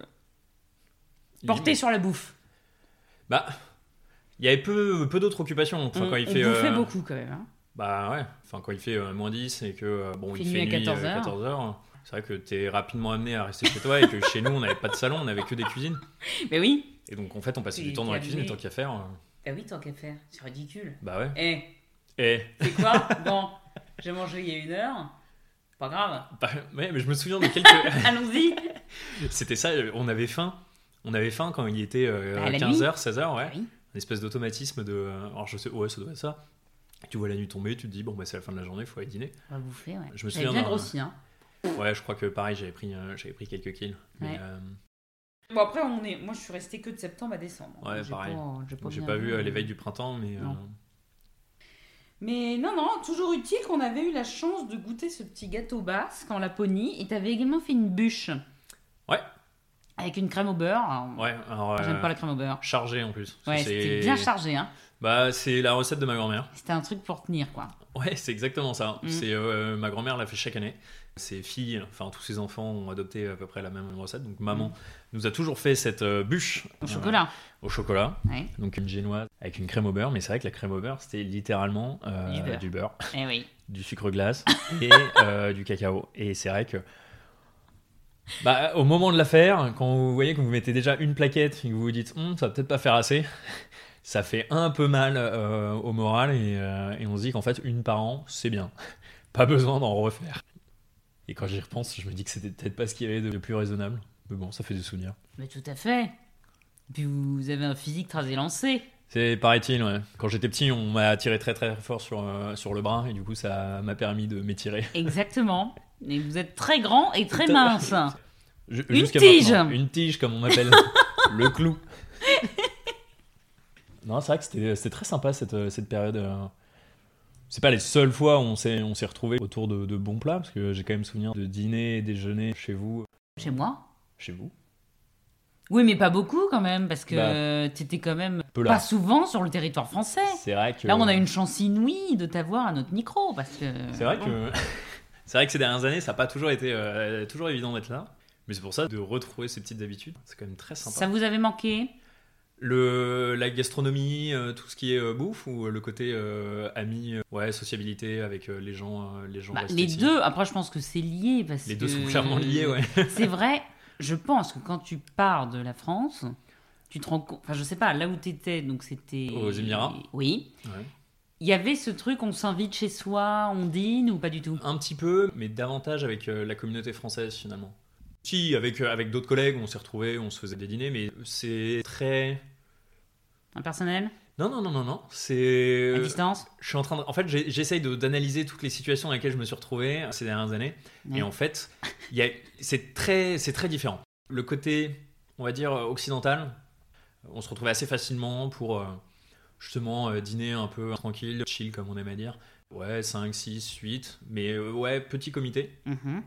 Speaker 1: porté sur la bouffe.
Speaker 2: Bah. Il y avait peu, peu d'autres occupations. Enfin,
Speaker 1: on
Speaker 2: quand il
Speaker 1: Mm, on
Speaker 2: fait.
Speaker 1: bouffait
Speaker 2: euh,
Speaker 1: beaucoup quand même. hein.
Speaker 2: Bah ouais, enfin quand il fait euh, moins 10 et que euh, bon,
Speaker 1: Il
Speaker 2: il,
Speaker 1: fait
Speaker 2: fait
Speaker 1: nuit à
Speaker 2: nuit, euh,
Speaker 1: 14 heures.
Speaker 2: 14 heures. C'est vrai que t'es rapidement amené à rester chez toi et que chez nous on n'avait pas de salon, on n'avait que des cuisines.
Speaker 1: Mais oui.
Speaker 2: Et donc en fait on passait
Speaker 1: Et
Speaker 2: du temps dans la
Speaker 1: t'es
Speaker 2: cuisine
Speaker 1: amené.
Speaker 2: tant qu'à faire. euh,
Speaker 1: Bah oui, tant qu'à faire, c'est ridicule.
Speaker 2: Bah ouais.
Speaker 1: Eh,
Speaker 2: Et
Speaker 1: c'est quoi Bon, j'ai mangé il y a une heure. Pas grave.
Speaker 2: bah, ouais, mais je me souviens de quelques.
Speaker 1: Allons-y.
Speaker 2: C'était ça, euh, on avait faim. On avait faim quand il était euh,
Speaker 1: Bah, à la
Speaker 2: 15h, 16h, ouais.
Speaker 1: Oui.
Speaker 2: Une espèce d'automatisme de. euh, Alors je sais, ouais, ça doit être ça. Tu vois la nuit tomber, tu te dis, bon, bah c'est la fin de la journée, il faut aller dîner.
Speaker 1: On va bouffer, ouais.
Speaker 2: Je me
Speaker 1: J'avais
Speaker 2: souviens
Speaker 1: bien
Speaker 2: d'un-
Speaker 1: grossi, hein.
Speaker 2: Ouais, je crois que pareil, j'avais pris, euh, j'avais pris quelques kills. Mais,
Speaker 1: Ouais.
Speaker 2: euh,
Speaker 1: Bon après on est, moi je suis restée que de septembre à décembre.
Speaker 2: Ouais,
Speaker 1: J'ai
Speaker 2: pareil.
Speaker 1: pas- J'ai pas,
Speaker 2: j'ai
Speaker 1: bien
Speaker 2: pas vu euh, l'éveil du printemps, mais.
Speaker 1: Non.
Speaker 2: euh,
Speaker 1: Mais non non, toujours utile qu'on avait eu la chance de goûter ce petit gâteau basque en Laponie et t'avais également fait une bûche.
Speaker 2: Ouais.
Speaker 1: Avec une crème au beurre. Alors,
Speaker 2: Ouais, alors. euh,
Speaker 1: J'aime pas la crème au beurre.
Speaker 2: Chargé en plus.
Speaker 1: Ouais,
Speaker 2: C'est-
Speaker 1: c'était bien chargé hein.
Speaker 2: Bah, c'est la recette de ma grand-mère.
Speaker 1: C'était un truc pour tenir quoi.
Speaker 2: Ouais, c'est exactement ça.
Speaker 1: Mm.
Speaker 2: C'est euh, ma grand-mère l'a fait chaque année. Ses filles, enfin tous ses enfants ont adopté à peu près la même recette. Donc maman
Speaker 1: Mm.
Speaker 2: nous a toujours fait cette euh, bûche
Speaker 1: Au
Speaker 2: euh,
Speaker 1: chocolat.
Speaker 2: au chocolat.
Speaker 1: Ouais.
Speaker 2: Donc une génoise avec une crème au beurre. Mais c'est vrai que la crème au beurre c'était littéralement euh,
Speaker 1: Du beurre.
Speaker 2: du beurre,
Speaker 1: Eh oui.
Speaker 2: du sucre glace et euh, du cacao. Et c'est vrai que bah, au moment de la faire, quand vous voyez que vous mettez déjà une plaquette et que vous vous dites Hum, ça va peut-être pas faire assez, ça fait un peu mal euh, au moral et, euh, et on se dit qu'en fait une par an c'est bien, pas besoin d'en refaire. Et quand j'y repense, je me dis que c'était peut-être pas ce qu'il y avait de plus raisonnable, mais bon, ça fait des souvenirs.
Speaker 1: Mais tout à fait. Puis vous avez un physique très élancé.
Speaker 2: C'est paraît-il, ouais. Quand j'étais petit, on m'a tiré très très fort sur, euh, sur le bras et du coup ça m'a permis de m'étirer.
Speaker 1: Exactement. Et vous êtes très grand et très mince.
Speaker 2: Ju-
Speaker 1: Une
Speaker 2: jusqu'à
Speaker 1: tige.
Speaker 2: maintenant. Une tige, comme on m'appelle. le clou. non, c'est vrai que c'était c'était très sympa cette, euh, cette période. euh. C'est pas les seules fois où on s'est on s'est retrouvés autour de, de bons plats, parce que j'ai quand même souvenir de dîner et déjeuner chez vous.
Speaker 1: Chez moi,
Speaker 2: Chez vous
Speaker 1: Oui, mais pas beaucoup quand même, parce que
Speaker 2: Bah,
Speaker 1: euh, t'étais quand même
Speaker 2: peu là.
Speaker 1: pas souvent sur le territoire français.
Speaker 2: C'est vrai que.
Speaker 1: Là, on a une chance inouïe de t'avoir à notre micro, parce que.
Speaker 2: C'est vrai que. C'est vrai que ces dernières années, ça n'a pas toujours été euh, toujours évident d'être là. Mais c'est pour ça de retrouver ces petites habitudes. C'est quand même très sympa.
Speaker 1: Ça vous avait manqué
Speaker 2: Le, la gastronomie, euh, tout ce qui est euh, bouffe ou le côté euh, ami, euh, ouais, sociabilité avec euh, les gens, euh, les gens.
Speaker 1: Bah,
Speaker 2: restés
Speaker 1: Les
Speaker 2: ici.
Speaker 1: deux, après, je pense que c'est lié. Parce
Speaker 2: Les deux
Speaker 1: que-
Speaker 2: sont clairement liés, ouais.
Speaker 1: C'est vrai, je pense que quand tu pars de la France, tu te rends compte. Enfin, je sais pas, là où t'étais, donc c'était.
Speaker 2: Aux Émirats.
Speaker 1: Oui.
Speaker 2: Ouais.
Speaker 1: Il y avait ce truc, on s'invite chez soi, on dîne ou pas du tout
Speaker 2: Un petit peu, mais davantage avec euh, la communauté française finalement. Si, avec, euh, avec d'autres collègues, on s'est retrouvés, on se faisait des dîners, mais c'est très.
Speaker 1: Impersonnel
Speaker 2: Non, non, non, non, non. C'est. euh,
Speaker 1: À distance
Speaker 2: Je suis en train de... En fait, j'ai- j'essaye de- d'analyser toutes les situations dans lesquelles je me suis retrouvé ces dernières années.
Speaker 1: Ouais.
Speaker 2: Et en fait, il y a- c'est très, c'est très différent. Le côté, on va dire, euh, occidental, on se retrouvait assez facilement pour euh, justement euh, dîner un peu tranquille, chill comme on aime à dire. Ouais, 5, 6, 8, mais euh, ouais, petit comité.
Speaker 1: Mhm.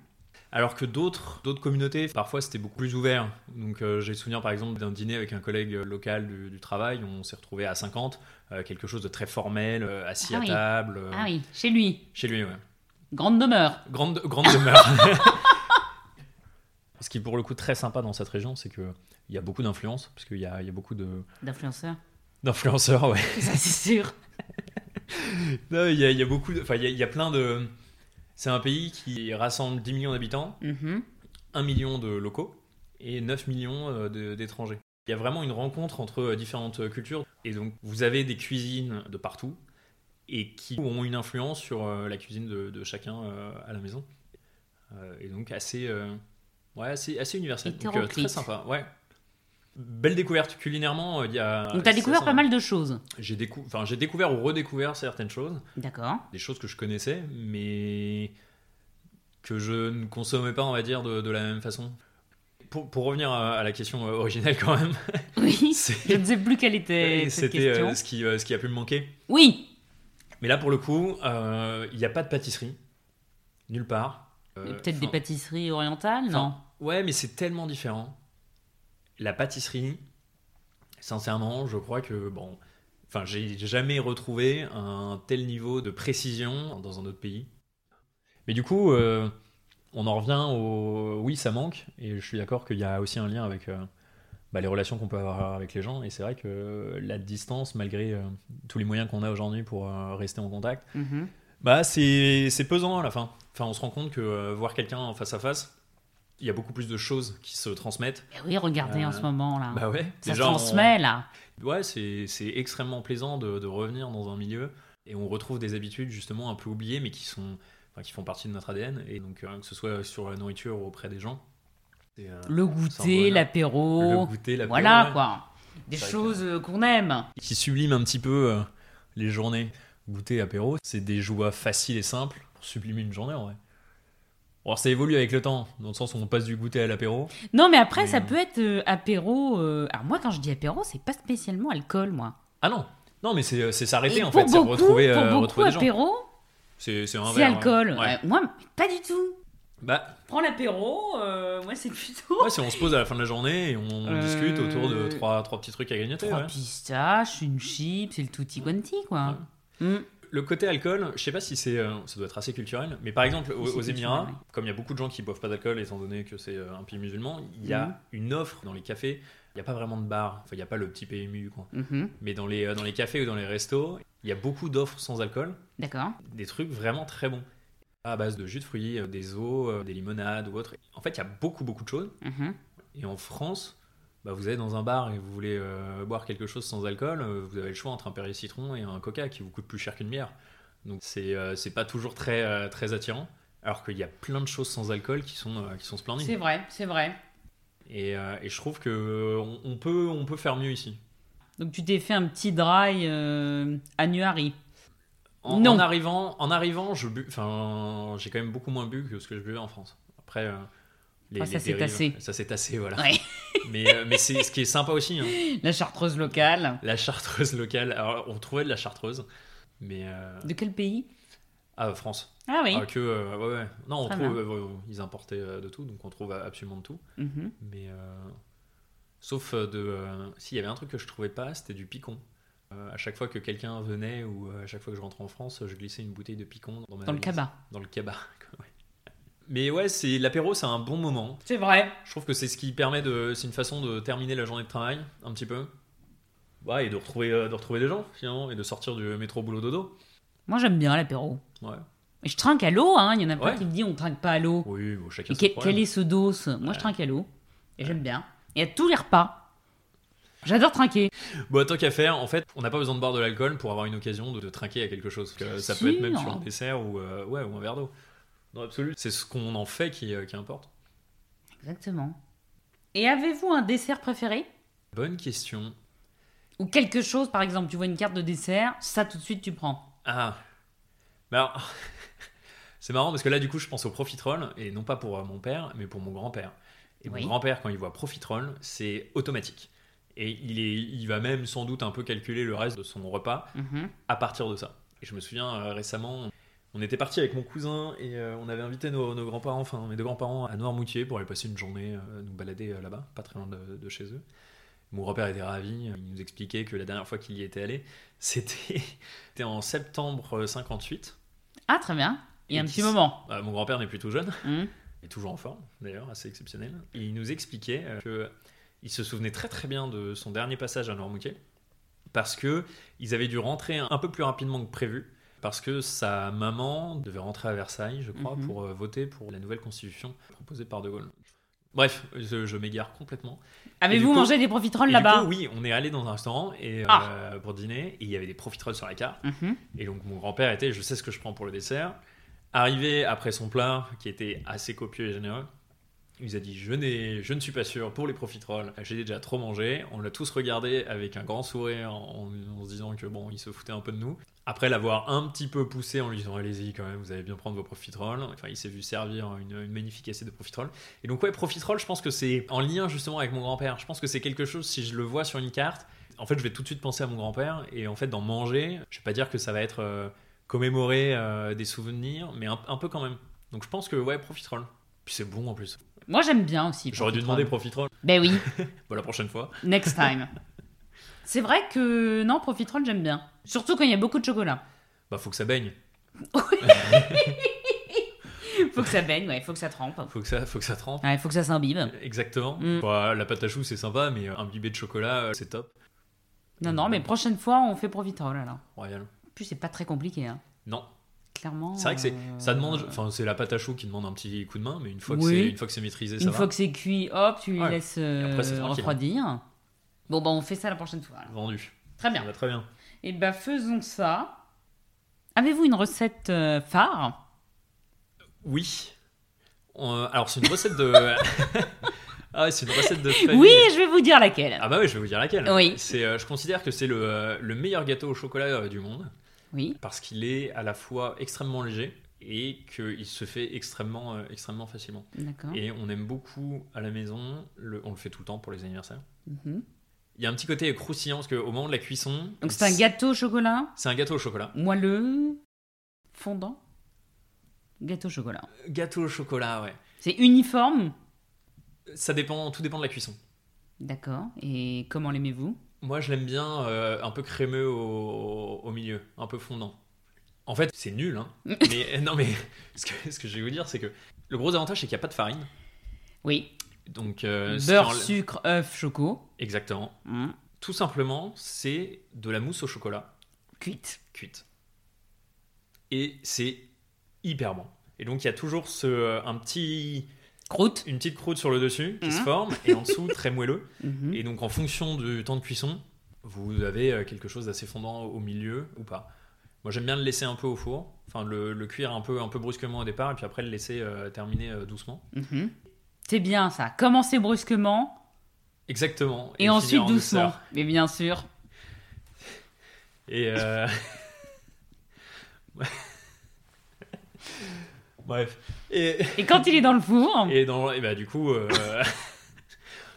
Speaker 2: Alors que d'autres d'autres communautés, parfois c'était beaucoup plus ouvert. Donc euh, j'ai souvenir par exemple d'un dîner avec un collègue euh, local du, du travail, on s'est retrouvé à 50, euh, quelque chose de très formel, euh, assis
Speaker 1: Ah
Speaker 2: à
Speaker 1: oui.
Speaker 2: table, euh,
Speaker 1: Ah oui, chez lui,
Speaker 2: chez lui, ouais.
Speaker 1: grande demeure.
Speaker 2: Grande, grande demeure. Ce qui est pour le coup très sympa dans cette région, c'est qu'il y a beaucoup d'influences, parce qu'il y a, il y a beaucoup de-
Speaker 1: D'influenceur.
Speaker 2: d'influenceurs, ouais.
Speaker 1: Ça, c'est sûr.
Speaker 2: Non, Il y, a- il y a beaucoup, de- enfin il y, a- il y a plein de... C'est un pays qui rassemble 10 millions d'habitants,
Speaker 1: Mhm.
Speaker 2: 1 million de locaux et 9 millions euh, de- d'étrangers. Il y a vraiment une rencontre entre euh, différentes euh, cultures. Et donc, vous avez des cuisines de partout et qui ont une influence sur euh, la cuisine de, de chacun euh, à la maison. Euh, et donc, assez, euh, ouais, assez, assez universel. Donc, euh, très
Speaker 1: Hétéroclite.
Speaker 2: sympa, ouais. Belle découverte culinairement. euh, Il y a,
Speaker 1: Donc, t'as
Speaker 2: c'est
Speaker 1: découvert
Speaker 2: ça.
Speaker 1: pas mal de choses.
Speaker 2: J'ai décou- enfin, j'ai découvert ou redécouvert certaines choses
Speaker 1: D'accord.
Speaker 2: des choses que je connaissais, mais que je ne consommais pas, on va dire, de, de la même façon. Pour, pour revenir à, à la question euh, originelle quand même,
Speaker 1: Oui. Je
Speaker 2: c'est-
Speaker 1: ne sais plus quelle était cette
Speaker 2: c'était
Speaker 1: question.
Speaker 2: euh, ce, qui, euh, ce qui a pu me manquer.
Speaker 1: Oui.
Speaker 2: Mais là, pour le coup, euh, il n'y a pas de pâtisserie, nulle part. Euh,
Speaker 1: Et Peut-être
Speaker 2: enfin,
Speaker 1: des pâtisseries orientales, non
Speaker 2: enfin, Ouais, mais c'est tellement différent. La pâtisserie, sincèrement, je crois que, bon, enfin, j'ai jamais retrouvé un tel niveau de précision dans un autre pays. Mais du coup, euh, on en revient au oui, ça manque, et je suis d'accord qu'il y a aussi un lien avec euh, bah, les relations qu'on peut avoir avec les gens, et c'est vrai que la distance, malgré euh, tous les moyens qu'on a aujourd'hui pour euh, rester en contact,
Speaker 1: Mhm.
Speaker 2: bah, c'est c'est pesant à la fin. Enfin, on se rend compte que euh, voir quelqu'un en face à face, il y a beaucoup plus de choses qui se transmettent.
Speaker 1: Eh Oui, regardez en
Speaker 2: Euh,
Speaker 1: ce moment, là.
Speaker 2: Bah ouais,
Speaker 1: Ça se
Speaker 2: déjà, on-
Speaker 1: transmet, là.
Speaker 2: Ouais, c'est c'est extrêmement plaisant de, de revenir dans un milieu et on retrouve des habitudes justement un peu oubliées mais qui sont enfin, qui font partie de notre ADN et donc euh, que ce soit sur la nourriture ou auprès des gens. c'est, euh,
Speaker 1: Le
Speaker 2: c'est un bonheur.
Speaker 1: goûter, l'apéro.
Speaker 2: le goûter, l'apéro,
Speaker 1: Voilà,
Speaker 2: ouais.
Speaker 1: quoi. Des
Speaker 2: C'est vrai
Speaker 1: choses euh, qu'on aime.
Speaker 2: qui sublime un petit peu euh, les journées. Goûter apéro, c'est des joies faciles et simples pour sublimer une journée en vrai. Bon, Alors ça évolue avec le temps, dans le sens où on passe du goûter à l'apéro.
Speaker 1: Non, mais après,
Speaker 2: Mais-
Speaker 1: ça peut être euh, apéro. euh, Alors, moi, quand je dis apéro, c'est pas spécialement alcool, moi.
Speaker 2: Ah non, non mais c'est c'est s'arrêter
Speaker 1: Et
Speaker 2: en
Speaker 1: pour
Speaker 2: fait, c'est
Speaker 1: beaucoup,
Speaker 2: retrouver,
Speaker 1: pour
Speaker 2: euh,
Speaker 1: beaucoup,
Speaker 2: retrouver des gens.
Speaker 1: apéro,
Speaker 2: C'est c'est un
Speaker 1: c'est
Speaker 2: verre, ouais.
Speaker 1: alcool.
Speaker 2: Ouais.
Speaker 1: Ouais, Moi, pas du tout.
Speaker 2: Bah
Speaker 1: Prends l'apéro, euh, moi, c'est plutôt.
Speaker 2: ouais, si on se pose à la fin de la journée et on
Speaker 1: Euh,
Speaker 2: discute autour de trois, trois petits trucs à gagner.
Speaker 1: Trois pistaches, une chip, c'est le tutti quanti, quoi. Mm.
Speaker 2: Le côté alcool, je sais pas si c'est, euh, ça doit être assez culturel, mais par exemple aux,
Speaker 1: C'est
Speaker 2: aux Émirats,
Speaker 1: culturel,
Speaker 2: comme il y a beaucoup de gens qui boivent pas d'alcool étant donné que c'est euh, un pays musulman, il y a
Speaker 1: Mhm.
Speaker 2: une offre dans les cafés. Il n'y a pas vraiment de bar, enfin il n'y a pas le petit PMU, quoi.
Speaker 1: Mhm.
Speaker 2: Mais dans les, euh, dans les cafés ou dans les restos, il y a beaucoup d'offres sans alcool,
Speaker 1: D'accord.
Speaker 2: des trucs vraiment très bons. À base de jus de fruits, euh, des eaux, euh, des limonades ou autres. En fait, il y a beaucoup, beaucoup de choses.
Speaker 1: Mhm.
Speaker 2: Et en France, bah, vous allez dans un bar et vous voulez euh, boire quelque chose sans alcool, euh, vous avez le choix entre un Perrier citron et un Coca qui vous coûte plus cher qu'une bière. Donc c'est euh, c'est pas toujours très, euh, très attirant. Alors qu'il y a plein de choses sans alcool qui sont, euh, qui sont
Speaker 1: C'est
Speaker 2: splendides.
Speaker 1: vrai, c'est vrai.
Speaker 2: Et, euh, et je trouve que euh, on, on peut, on peut faire mieux ici.
Speaker 1: Donc, tu t'es fait un petit dry euh, annuari.
Speaker 2: En,
Speaker 1: Non.
Speaker 2: en arrivant, en arrivant, je bu- enfin, j'ai quand même beaucoup moins bu que ce que je buvais en France. Après, euh, les,
Speaker 1: Ah, ça
Speaker 2: les
Speaker 1: s'est
Speaker 2: dérives-
Speaker 1: tassé.
Speaker 2: Ça s'est tassé, voilà.
Speaker 1: Ouais.
Speaker 2: mais euh, mais c'est ce qui est sympa aussi. hein.
Speaker 1: La chartreuse locale.
Speaker 2: La chartreuse locale. Alors, on trouvait de la chartreuse, mais euh,
Speaker 1: De quel pays
Speaker 2: ah France.
Speaker 1: Ah oui.
Speaker 2: Ah, que euh, ouais, ouais. Non, on
Speaker 1: Très
Speaker 2: trouve. euh, ils importaient euh, de tout, donc on trouve absolument de tout.
Speaker 1: Mhm.
Speaker 2: Mais euh, Sauf euh, de. euh, S'il y avait un truc que je trouvais pas, c'était du picon. Euh, à chaque fois que quelqu'un venait ou euh, à chaque fois que je rentrais en France, je glissais une bouteille de picon dans ma
Speaker 1: Dans le
Speaker 2: valise.
Speaker 1: cabas.
Speaker 2: Dans le cabas. ouais. Mais ouais, c'est l'apéro, c'est un bon moment.
Speaker 1: C'est vrai.
Speaker 2: Je trouve que c'est ce qui permet de, c'est une façon de terminer la journée de travail un petit peu. Ouais, et de retrouver, euh, de retrouver des gens finalement et de sortir du métro boulot dodo.
Speaker 1: Moi, j'aime bien l'apéro.
Speaker 2: Ouais.
Speaker 1: Et je trinque à l'eau, hein. Il y en a plein
Speaker 2: Ouais.
Speaker 1: qui me disent on trinque pas à l'eau.
Speaker 2: Oui, bon, chacun
Speaker 1: Et
Speaker 2: ses
Speaker 1: quel,
Speaker 2: problèmes.
Speaker 1: quel est ce dos Moi, je trinque à l'eau. Et j'aime bien. Et à tous les repas. J'adore trinquer.
Speaker 2: Bon, tant qu'à faire, en fait, on n'a pas besoin de boire de l'alcool pour avoir une occasion de, de trinquer à quelque chose. Que ça peut être même
Speaker 1: sûr.
Speaker 2: sur un dessert ou, euh, ouais, ou un verre d'eau. Non, absolu. C'est ce qu'on en fait qui, euh, qui importe.
Speaker 1: Exactement. Et avez-vous un dessert préféré
Speaker 2: Bonne question.
Speaker 1: Ou quelque chose, par exemple, tu vois une carte de dessert, ça tout de suite tu prends.
Speaker 2: Ah. Bah alors, c'est marrant parce que là, du coup, je pense au profiterole et non pas pour euh, mon père, mais pour mon grand-père. Et
Speaker 1: Oui.
Speaker 2: mon grand-père, quand il voit profiterole, c'est automatique. Et il, est, il va même sans doute un peu calculer le reste de son repas
Speaker 1: Mhm.
Speaker 2: à partir de ça. Et je me souviens euh, récemment, on était parti avec mon cousin et euh, on avait invité nos, nos grands-parents, enfin mes deux grands-parents, à Noirmoutier pour aller passer une journée, euh, nous balader euh, là-bas, pas très loin de, de chez eux. Mon grand-père était ravi, il nous expliquait que la dernière fois qu'il y était allé, c'était c'était en septembre 58.
Speaker 1: Ah, très bien. Il y a
Speaker 2: Et
Speaker 1: un
Speaker 2: qui
Speaker 1: petit
Speaker 2: s-
Speaker 1: moment.
Speaker 2: Euh, mon grand-père n'est plus tout jeune,
Speaker 1: Mhm.
Speaker 2: et toujours en forme d'ailleurs, assez exceptionnel. Et il nous expliquait euh, que il se souvenait très très bien de son dernier passage à Noirmoutier parce que ils avaient dû rentrer un peu plus rapidement que prévu parce que sa maman devait rentrer à Versailles, je crois,
Speaker 1: Mhm.
Speaker 2: pour euh, voter pour la nouvelle constitution proposée par De Gaulle. Bref, je, je m'égare complètement.
Speaker 1: Avez-vous
Speaker 2: du coup-
Speaker 1: mangé des profiteroles
Speaker 2: Et du
Speaker 1: là-bas
Speaker 2: coup, oui, on est allé dans un restaurant et, euh,
Speaker 1: Oh Ah.
Speaker 2: pour dîner et il y avait des profiteroles sur la carte.
Speaker 1: Mhm.
Speaker 2: Et donc mon grand-père était, je sais ce que je prends pour le dessert. Arrivé après son plat, qui était assez copieux et généreux, il nous a dit, je, n'ai- je ne suis pas sûr pour les profiteroles, j'ai déjà trop mangé. On l'a tous regardé avec un grand sourire en, en se disant que bon, il se foutait un peu de nous. Après l'avoir un petit peu poussé en lui disant, allez-y quand même, vous allez bien prendre vos profiteroles. Enfin, il s'est vu servir une, une magnifique assiette de profiteroles. Et donc ouais, profiteroles, je pense que c'est en lien justement avec mon grand-père. Je pense que c'est quelque chose, si je le vois sur une carte, en fait, je vais tout de suite penser à mon grand-père et en fait, d'en manger, je vais pas dire que ça va être euh, commémorer euh, des souvenirs, mais un, un peu quand même. Donc je pense que ouais, profiterole. Puis c'est bon en plus.
Speaker 1: Moi, j'aime bien aussi.
Speaker 2: J'aurais dû
Speaker 1: profiterole.
Speaker 2: demander profiterole.
Speaker 1: Ben oui,
Speaker 2: Bah, la prochaine fois.
Speaker 1: next time. C'est vrai que non, profiterole, j'aime bien. Surtout quand il y a beaucoup de chocolat.
Speaker 2: Bah faut que ça baigne.
Speaker 1: Faut que ça baigne, ouais, faut que ça trempe.
Speaker 2: Faut que ça, faut que ça trempe.
Speaker 1: Ouais, faut que ça s'imbibe.
Speaker 2: Exactement.
Speaker 1: Mm.
Speaker 2: Bah, la pâte à choux c'est sympa, mais euh, un bibet de chocolat euh, c'est top.
Speaker 1: Non, non, mais prochaine fois, on fait profiterole alors.
Speaker 2: Royal.
Speaker 1: En plus, c'est pas très compliqué, hein.
Speaker 2: Non.
Speaker 1: Clairement.
Speaker 2: C'est vrai que c'est,
Speaker 1: euh,
Speaker 2: ça demande, enfin c'est la pâte à choux qui demande un petit coup de main, mais une fois que
Speaker 1: Oui.
Speaker 2: c'est, une fois que c'est maîtrisé, ça
Speaker 1: Une
Speaker 2: va.
Speaker 1: fois que c'est cuit, hop, tu
Speaker 2: Ouais.
Speaker 1: les laisses euh,
Speaker 2: Et après, c'est tranquille.
Speaker 1: refroidir. Bon, bah, on fait ça la prochaine fois. alors.
Speaker 2: Vendu.
Speaker 1: Très
Speaker 2: Ça
Speaker 1: bien.
Speaker 2: va très bien.
Speaker 1: Et bah, faisons ça. Avez-vous une recette euh, phare
Speaker 2: Oui. On, euh, alors, c'est une recette de. ah, ouais, c'est une recette de famille.
Speaker 1: Oui, je vais vous dire laquelle.
Speaker 2: Ah, bah oui, je vais vous dire laquelle.
Speaker 1: Oui.
Speaker 2: C'est, euh, je considère que c'est le, euh, le meilleur gâteau au chocolat euh, du monde
Speaker 1: Oui.
Speaker 2: parce qu'il est à la fois extrêmement léger et qu'il se fait extrêmement, euh, extrêmement facilement.
Speaker 1: D'accord.
Speaker 2: Et on aime beaucoup à la maison, le, on le fait tout le temps pour les anniversaires.
Speaker 1: Mhm.
Speaker 2: Il y a un petit côté croustillant parce qu'au moment de la cuisson.
Speaker 1: Donc c'est un gâteau au chocolat,
Speaker 2: C'est un gâteau au chocolat.
Speaker 1: moelleux, fondant. Gâteau au chocolat.
Speaker 2: Gâteau au chocolat, ouais.
Speaker 1: C'est uniforme.
Speaker 2: Ça dépend, tout dépend de la cuisson.
Speaker 1: D'accord. Et comment l'aimez-vous
Speaker 2: Moi, je l'aime bien euh, un peu crémeux au, au milieu, un peu fondant. En fait, c'est nul, hein. mais non, mais ce que, ce que je vais vous dire, c'est que le gros avantage, c'est qu'il n'y a pas de farine.
Speaker 1: Oui.
Speaker 2: Donc, euh, ce qui
Speaker 1: Beurre,
Speaker 2: enlève-
Speaker 1: sucre, œuf, choco.
Speaker 2: Exactement.
Speaker 1: Hum.
Speaker 2: Tout simplement, c'est de la mousse au chocolat
Speaker 1: Cuite.
Speaker 2: cuite. Et c'est hyper bon. Et donc, il y a toujours ce, euh, un petit,
Speaker 1: Croûte.
Speaker 2: une petite croûte sur le dessus qui se
Speaker 1: Mhm.
Speaker 2: forme, et en dessous, très moelleux.
Speaker 1: Mhm.
Speaker 2: Et donc, en fonction du temps de cuisson, vous avez euh, quelque chose d'assez fondant au milieu ou pas. Moi, j'aime bien le laisser un peu au four, enfin le, le cuire un peu, un peu brusquement au départ, et puis après le laisser euh, terminer euh, doucement.
Speaker 1: Mhm. C'est bien ça. Commencer brusquement
Speaker 2: Exactement.
Speaker 1: et,
Speaker 2: finir
Speaker 1: ensuite
Speaker 2: en
Speaker 1: doucement.
Speaker 2: douceur.
Speaker 1: Mais bien sûr.
Speaker 2: Et. euh, Bref. Et,
Speaker 1: Et quand il est dans le four,
Speaker 2: et dans, et bah, du coup. euh,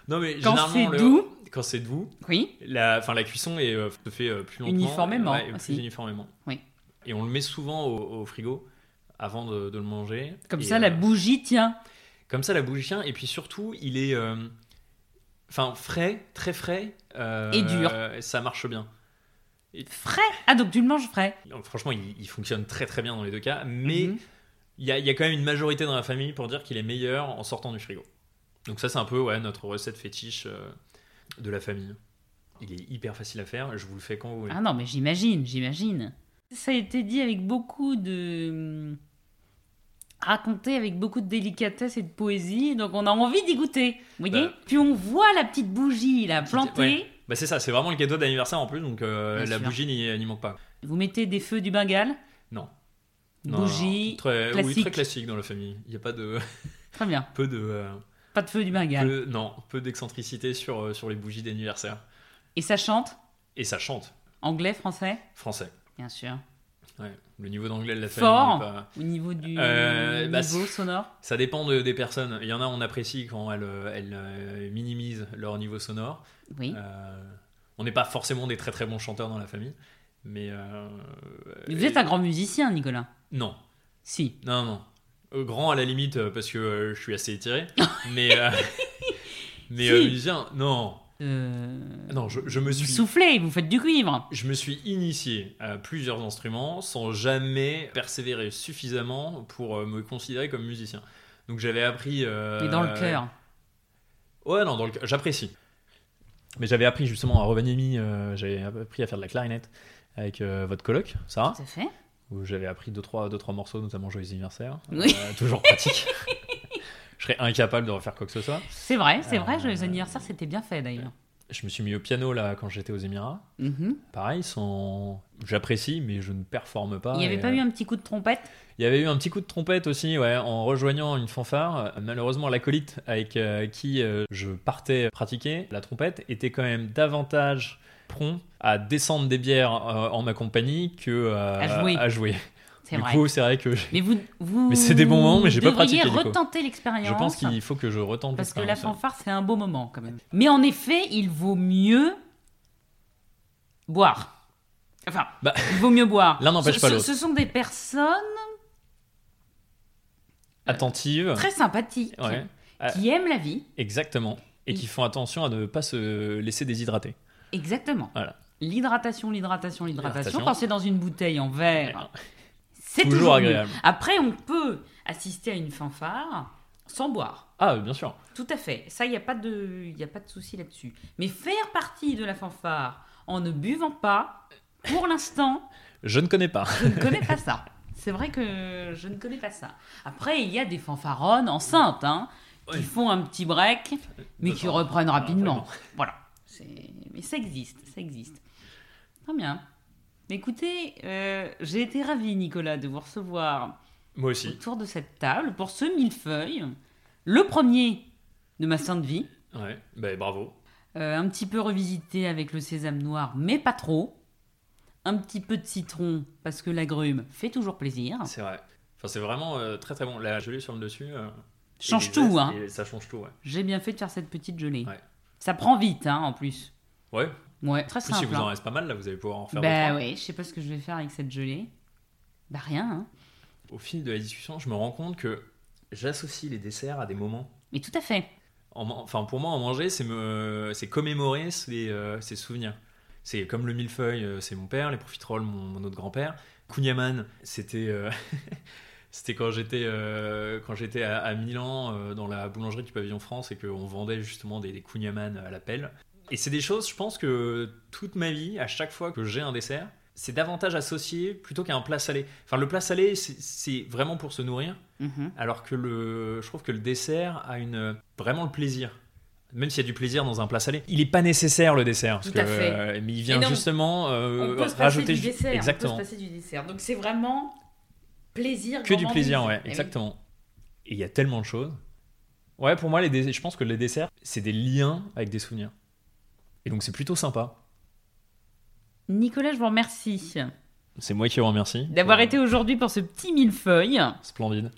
Speaker 2: non, mais
Speaker 1: Quand
Speaker 2: généralement.
Speaker 1: c'est
Speaker 2: le-
Speaker 1: doux.
Speaker 2: Quand c'est doux.
Speaker 1: oui,
Speaker 2: La, enfin, la cuisson est, euh, se fait euh, plus lentement.
Speaker 1: Uniformément
Speaker 2: Ouais, et plus
Speaker 1: aussi.
Speaker 2: uniformément.
Speaker 1: Oui.
Speaker 2: Et on le met souvent au, au frigo avant de, de le manger.
Speaker 1: comme
Speaker 2: Et,
Speaker 1: ça la
Speaker 2: euh,
Speaker 1: bougie tient.
Speaker 2: Comme ça, la bougie tient. Et puis surtout, il est. euh, Enfin, frais, très frais. euh,
Speaker 1: Et dur.
Speaker 2: Ça marche bien.
Speaker 1: Frais Ah, donc tu le manges frais.
Speaker 2: Donc, franchement, il, il fonctionne très très bien dans les deux cas, mais
Speaker 1: Mhm.
Speaker 2: il y, a, il y a quand même une majorité dans la famille pour dire qu'il est meilleur en sortant du frigo. Donc ça, c'est un peu ouais, notre recette fétiche euh, de la famille. Il est hyper facile à faire, je vous le fais quand vous voulez.
Speaker 1: Ah non, mais j'imagine, j'imagine. Ça a été dit avec beaucoup de. hum, raconté avec beaucoup de délicatesse et de poésie, donc on a envie d'y goûter. Vous voyez
Speaker 2: Bah.
Speaker 1: Puis on voit la petite bougie, la plantée.
Speaker 2: ouais. Bah c'est ça, c'est vraiment le cadeau d'anniversaire en plus, donc euh,
Speaker 1: Bien
Speaker 2: la
Speaker 1: sûr.
Speaker 2: bougie n'y n'y manque pas.
Speaker 1: Vous mettez des feux du Bengale
Speaker 2: Non. Non, non, non.
Speaker 1: Bougie.
Speaker 2: très, Oui, très
Speaker 1: classique.
Speaker 2: classique dans la famille. Il n'y a pas de...
Speaker 1: Très bien.
Speaker 2: peu de... euh,
Speaker 1: Pas de feu du Bengale.
Speaker 2: peu- non, peu d'excentricité sur, euh, sur les bougies d'anniversaire.
Speaker 1: Et ça chante
Speaker 2: Et ça chante,
Speaker 1: Anglais, français
Speaker 2: français.
Speaker 1: Bien sûr.
Speaker 2: Ouais. Le niveau d'anglais de la famille
Speaker 1: Fort.
Speaker 2: n'est pas...
Speaker 1: Au niveau du
Speaker 2: Euh, bah,
Speaker 1: niveau
Speaker 2: c'est-
Speaker 1: sonore
Speaker 2: Ça dépend de- des personnes. Il y en a, on apprécie quand elles, euh, elles, euh, minimisent leur niveau sonore.
Speaker 1: Oui.
Speaker 2: Euh, on n'est pas forcément des très très bons chanteurs dans la famille, mais euh,
Speaker 1: Mais vous êtes un grand musicien, Nicolas.
Speaker 2: non,
Speaker 1: Si.
Speaker 2: non, non. Euh, Grand à la limite euh, parce que euh, je suis assez étiré, mais euh, mais
Speaker 1: Si.
Speaker 2: euh, musicien, non,
Speaker 1: Euh,
Speaker 2: non. Je, je me
Speaker 1: Vous
Speaker 2: suis
Speaker 1: soufflez, vous faites du cuivre.
Speaker 2: je me suis initié à plusieurs instruments sans jamais persévérer suffisamment pour euh, me considérer comme musicien. Donc j'avais appris. euh,
Speaker 1: Mais dans le cœur.
Speaker 2: Ouais, non, dans le... j'apprécie. Mais j'avais appris justement à Rovaniemi, euh, j'avais appris à faire de la clarinette avec euh, votre coloc, Sarah,
Speaker 1: Tout à fait.
Speaker 2: où j'avais appris deux trois, deux, trois morceaux, notamment Joyeux anniversaire.
Speaker 1: Oui.
Speaker 2: Euh, toujours pratique. je serais incapable de refaire quoi que ce soit.
Speaker 1: C'est vrai, c'est
Speaker 2: Euh,
Speaker 1: vrai. Joyeux anniversaire, c'était bien fait d'ailleurs.
Speaker 2: Je me suis mis au piano là quand j'étais aux Émirats.
Speaker 1: Mhm.
Speaker 2: Pareil, sans... j'apprécie, mais je ne performe pas.
Speaker 1: Il n'y avait
Speaker 2: et,
Speaker 1: pas
Speaker 2: euh,
Speaker 1: eu un petit coup de trompette
Speaker 2: Il y avait eu un petit coup de trompette aussi, ouais, en rejoignant une fanfare. Malheureusement, l'acolyte avec euh, qui euh, je partais pratiquer la trompette était quand même davantage prompt à descendre des bières euh, en ma compagnie que euh,
Speaker 1: À jouer. C'est
Speaker 2: Du
Speaker 1: vrai.
Speaker 2: coup, c'est vrai que j'ai-
Speaker 1: mais vous, vous.
Speaker 2: Mais c'est des bons moments, mais j'ai pas
Speaker 1: devriez
Speaker 2: pratiqué, Nico.
Speaker 1: retenter l'expérience.
Speaker 2: je pense qu'il faut que je retente.
Speaker 1: Parce que la
Speaker 2: l'expérience.
Speaker 1: fanfare, c'est un beau moment quand même. Mais en effet, il vaut mieux boire. Enfin,
Speaker 2: Bah,
Speaker 1: il vaut mieux boire.
Speaker 2: l'un n'empêche
Speaker 1: Ce-
Speaker 2: pas
Speaker 1: ce-
Speaker 2: l'autre.
Speaker 1: Ce sont des personnes
Speaker 2: Attentive.
Speaker 1: très sympathiques
Speaker 2: Ouais, euh.
Speaker 1: qui aiment la vie.
Speaker 2: exactement. Et qui font attention à ne pas se laisser déshydrater.
Speaker 1: Exactement.
Speaker 2: Voilà.
Speaker 1: L'hydratation, l'hydratation, l'hydratation.
Speaker 2: L'hydratation.
Speaker 1: Quand c'est dans une bouteille en verre, c'est
Speaker 2: Toujours
Speaker 1: toujours, mieux.
Speaker 2: agréable.
Speaker 1: Après, on peut assister à une fanfare sans boire.
Speaker 2: Ah, bien sûr.
Speaker 1: Tout à fait. Ça, il n'y a pas de, il y a pas de souci là-dessus. Mais faire partie de la fanfare en ne buvant pas, pour l'instant,
Speaker 2: Je ne connais pas.
Speaker 1: je ne connais pas ça. C'est vrai que je ne connais pas ça. Après, il y a des fanfaronnes enceintes hein,
Speaker 2: Oui.
Speaker 1: qui font un petit break, mais qui
Speaker 2: Attends.
Speaker 1: reprennent rapidement.
Speaker 2: vraiment.
Speaker 1: Voilà. C'est- Mais ça existe, ça existe. Très bien. Mais Écoutez, euh, j'ai été ravie, Nicolas, de vous recevoir
Speaker 2: Moi aussi.
Speaker 1: autour de cette table pour ce millefeuille, le premier de ma sainte vie,
Speaker 2: Ouais. Bah, bravo.
Speaker 1: euh, un petit peu revisité avec le sésame noir, mais pas trop. Un petit peu de citron, parce que l'agrume fait toujours plaisir.
Speaker 2: C'est vrai. Enfin, c'est vraiment euh, très très bon. La gelée sur le dessus. euh, et
Speaker 1: Change
Speaker 2: les
Speaker 1: tout,
Speaker 2: zestes,
Speaker 1: hein.
Speaker 2: et ça change tout, ouais.
Speaker 1: J'ai bien fait de faire cette petite gelée.
Speaker 2: Ouais.
Speaker 1: Ça prend vite, hein, en plus.
Speaker 2: Ouais. En
Speaker 1: Ouais, très
Speaker 2: plus,
Speaker 1: simple.
Speaker 2: si vous en
Speaker 1: hein.
Speaker 2: reste pas mal, là, vous allez pouvoir en faire
Speaker 1: Bah
Speaker 2: d'autres.
Speaker 1: ouais, je sais pas ce que je vais faire avec cette gelée. Bah rien, hein.
Speaker 2: Au fil de la discussion, je me rends compte que j'associe les desserts à des moments.
Speaker 1: Mais tout à fait.
Speaker 2: En man- Enfin, pour moi, en manger, c'est me... c'est commémorer ses, euh, ses souvenirs. C'est comme le millefeuille, euh, c'est mon père, les profiteroles, mon, mon autre grand-père. Kunyaman, c'était euh, c'était quand j'étais euh, quand j'étais à, à Milan, euh, dans la boulangerie du pavillon France, et qu'on vendait justement des, des kunyaman à la pelle. Et c'est des choses, je pense que toute ma vie, à chaque fois que j'ai un dessert, c'est davantage associé plutôt qu'à un plat salé. Enfin, le plat salé, c'est- c'est vraiment pour se nourrir.
Speaker 1: Mhm.
Speaker 2: Alors que le, je trouve que le dessert a une vraiment le plaisir. Même s'il y a du plaisir dans un plat salé, il n'est pas nécessaire le dessert. Parce
Speaker 1: Tout à
Speaker 2: que,
Speaker 1: fait.
Speaker 2: euh, mais il vient
Speaker 1: Et non,
Speaker 2: justement euh,
Speaker 1: on peut se passer
Speaker 2: rajouter
Speaker 1: du
Speaker 2: ju-
Speaker 1: dessert.
Speaker 2: exactement
Speaker 1: On peut se passer du dessert. Donc c'est vraiment plaisir.
Speaker 2: que du
Speaker 1: gourmandise.
Speaker 2: plaisir, ouais,
Speaker 1: Eh oui.
Speaker 2: exactement. Et il y a tellement de choses. Ouais, pour moi, les dés- je pense que les desserts, c'est des liens avec des souvenirs. Et donc c'est plutôt sympa.
Speaker 1: Nicolas, je vous remercie
Speaker 2: C'est moi qui vous remercie.
Speaker 1: d'avoir
Speaker 2: Euh,
Speaker 1: été aujourd'hui pour ce petit millefeuille.
Speaker 2: splendide.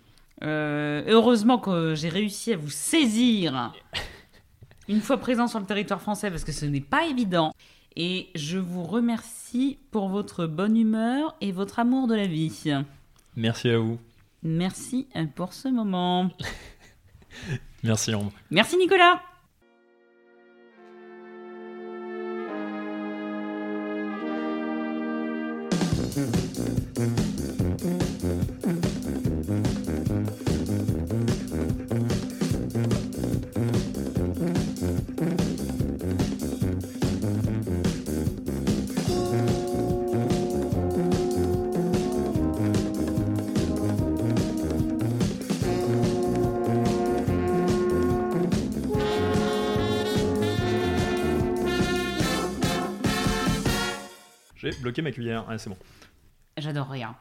Speaker 1: Euh, heureusement que j'ai réussi à vous saisir une fois présent sur le territoire français parce que ce n'est pas évident. Et je vous remercie pour votre bonne humeur et votre amour de la vie.
Speaker 2: Merci à vous.
Speaker 1: Merci pour ce moment.
Speaker 2: Merci Ambre.
Speaker 1: Merci Nicolas.
Speaker 3: J'ai bloqué ma cuillère. Ah, c'est bon.
Speaker 2: Ah, J'adore rien.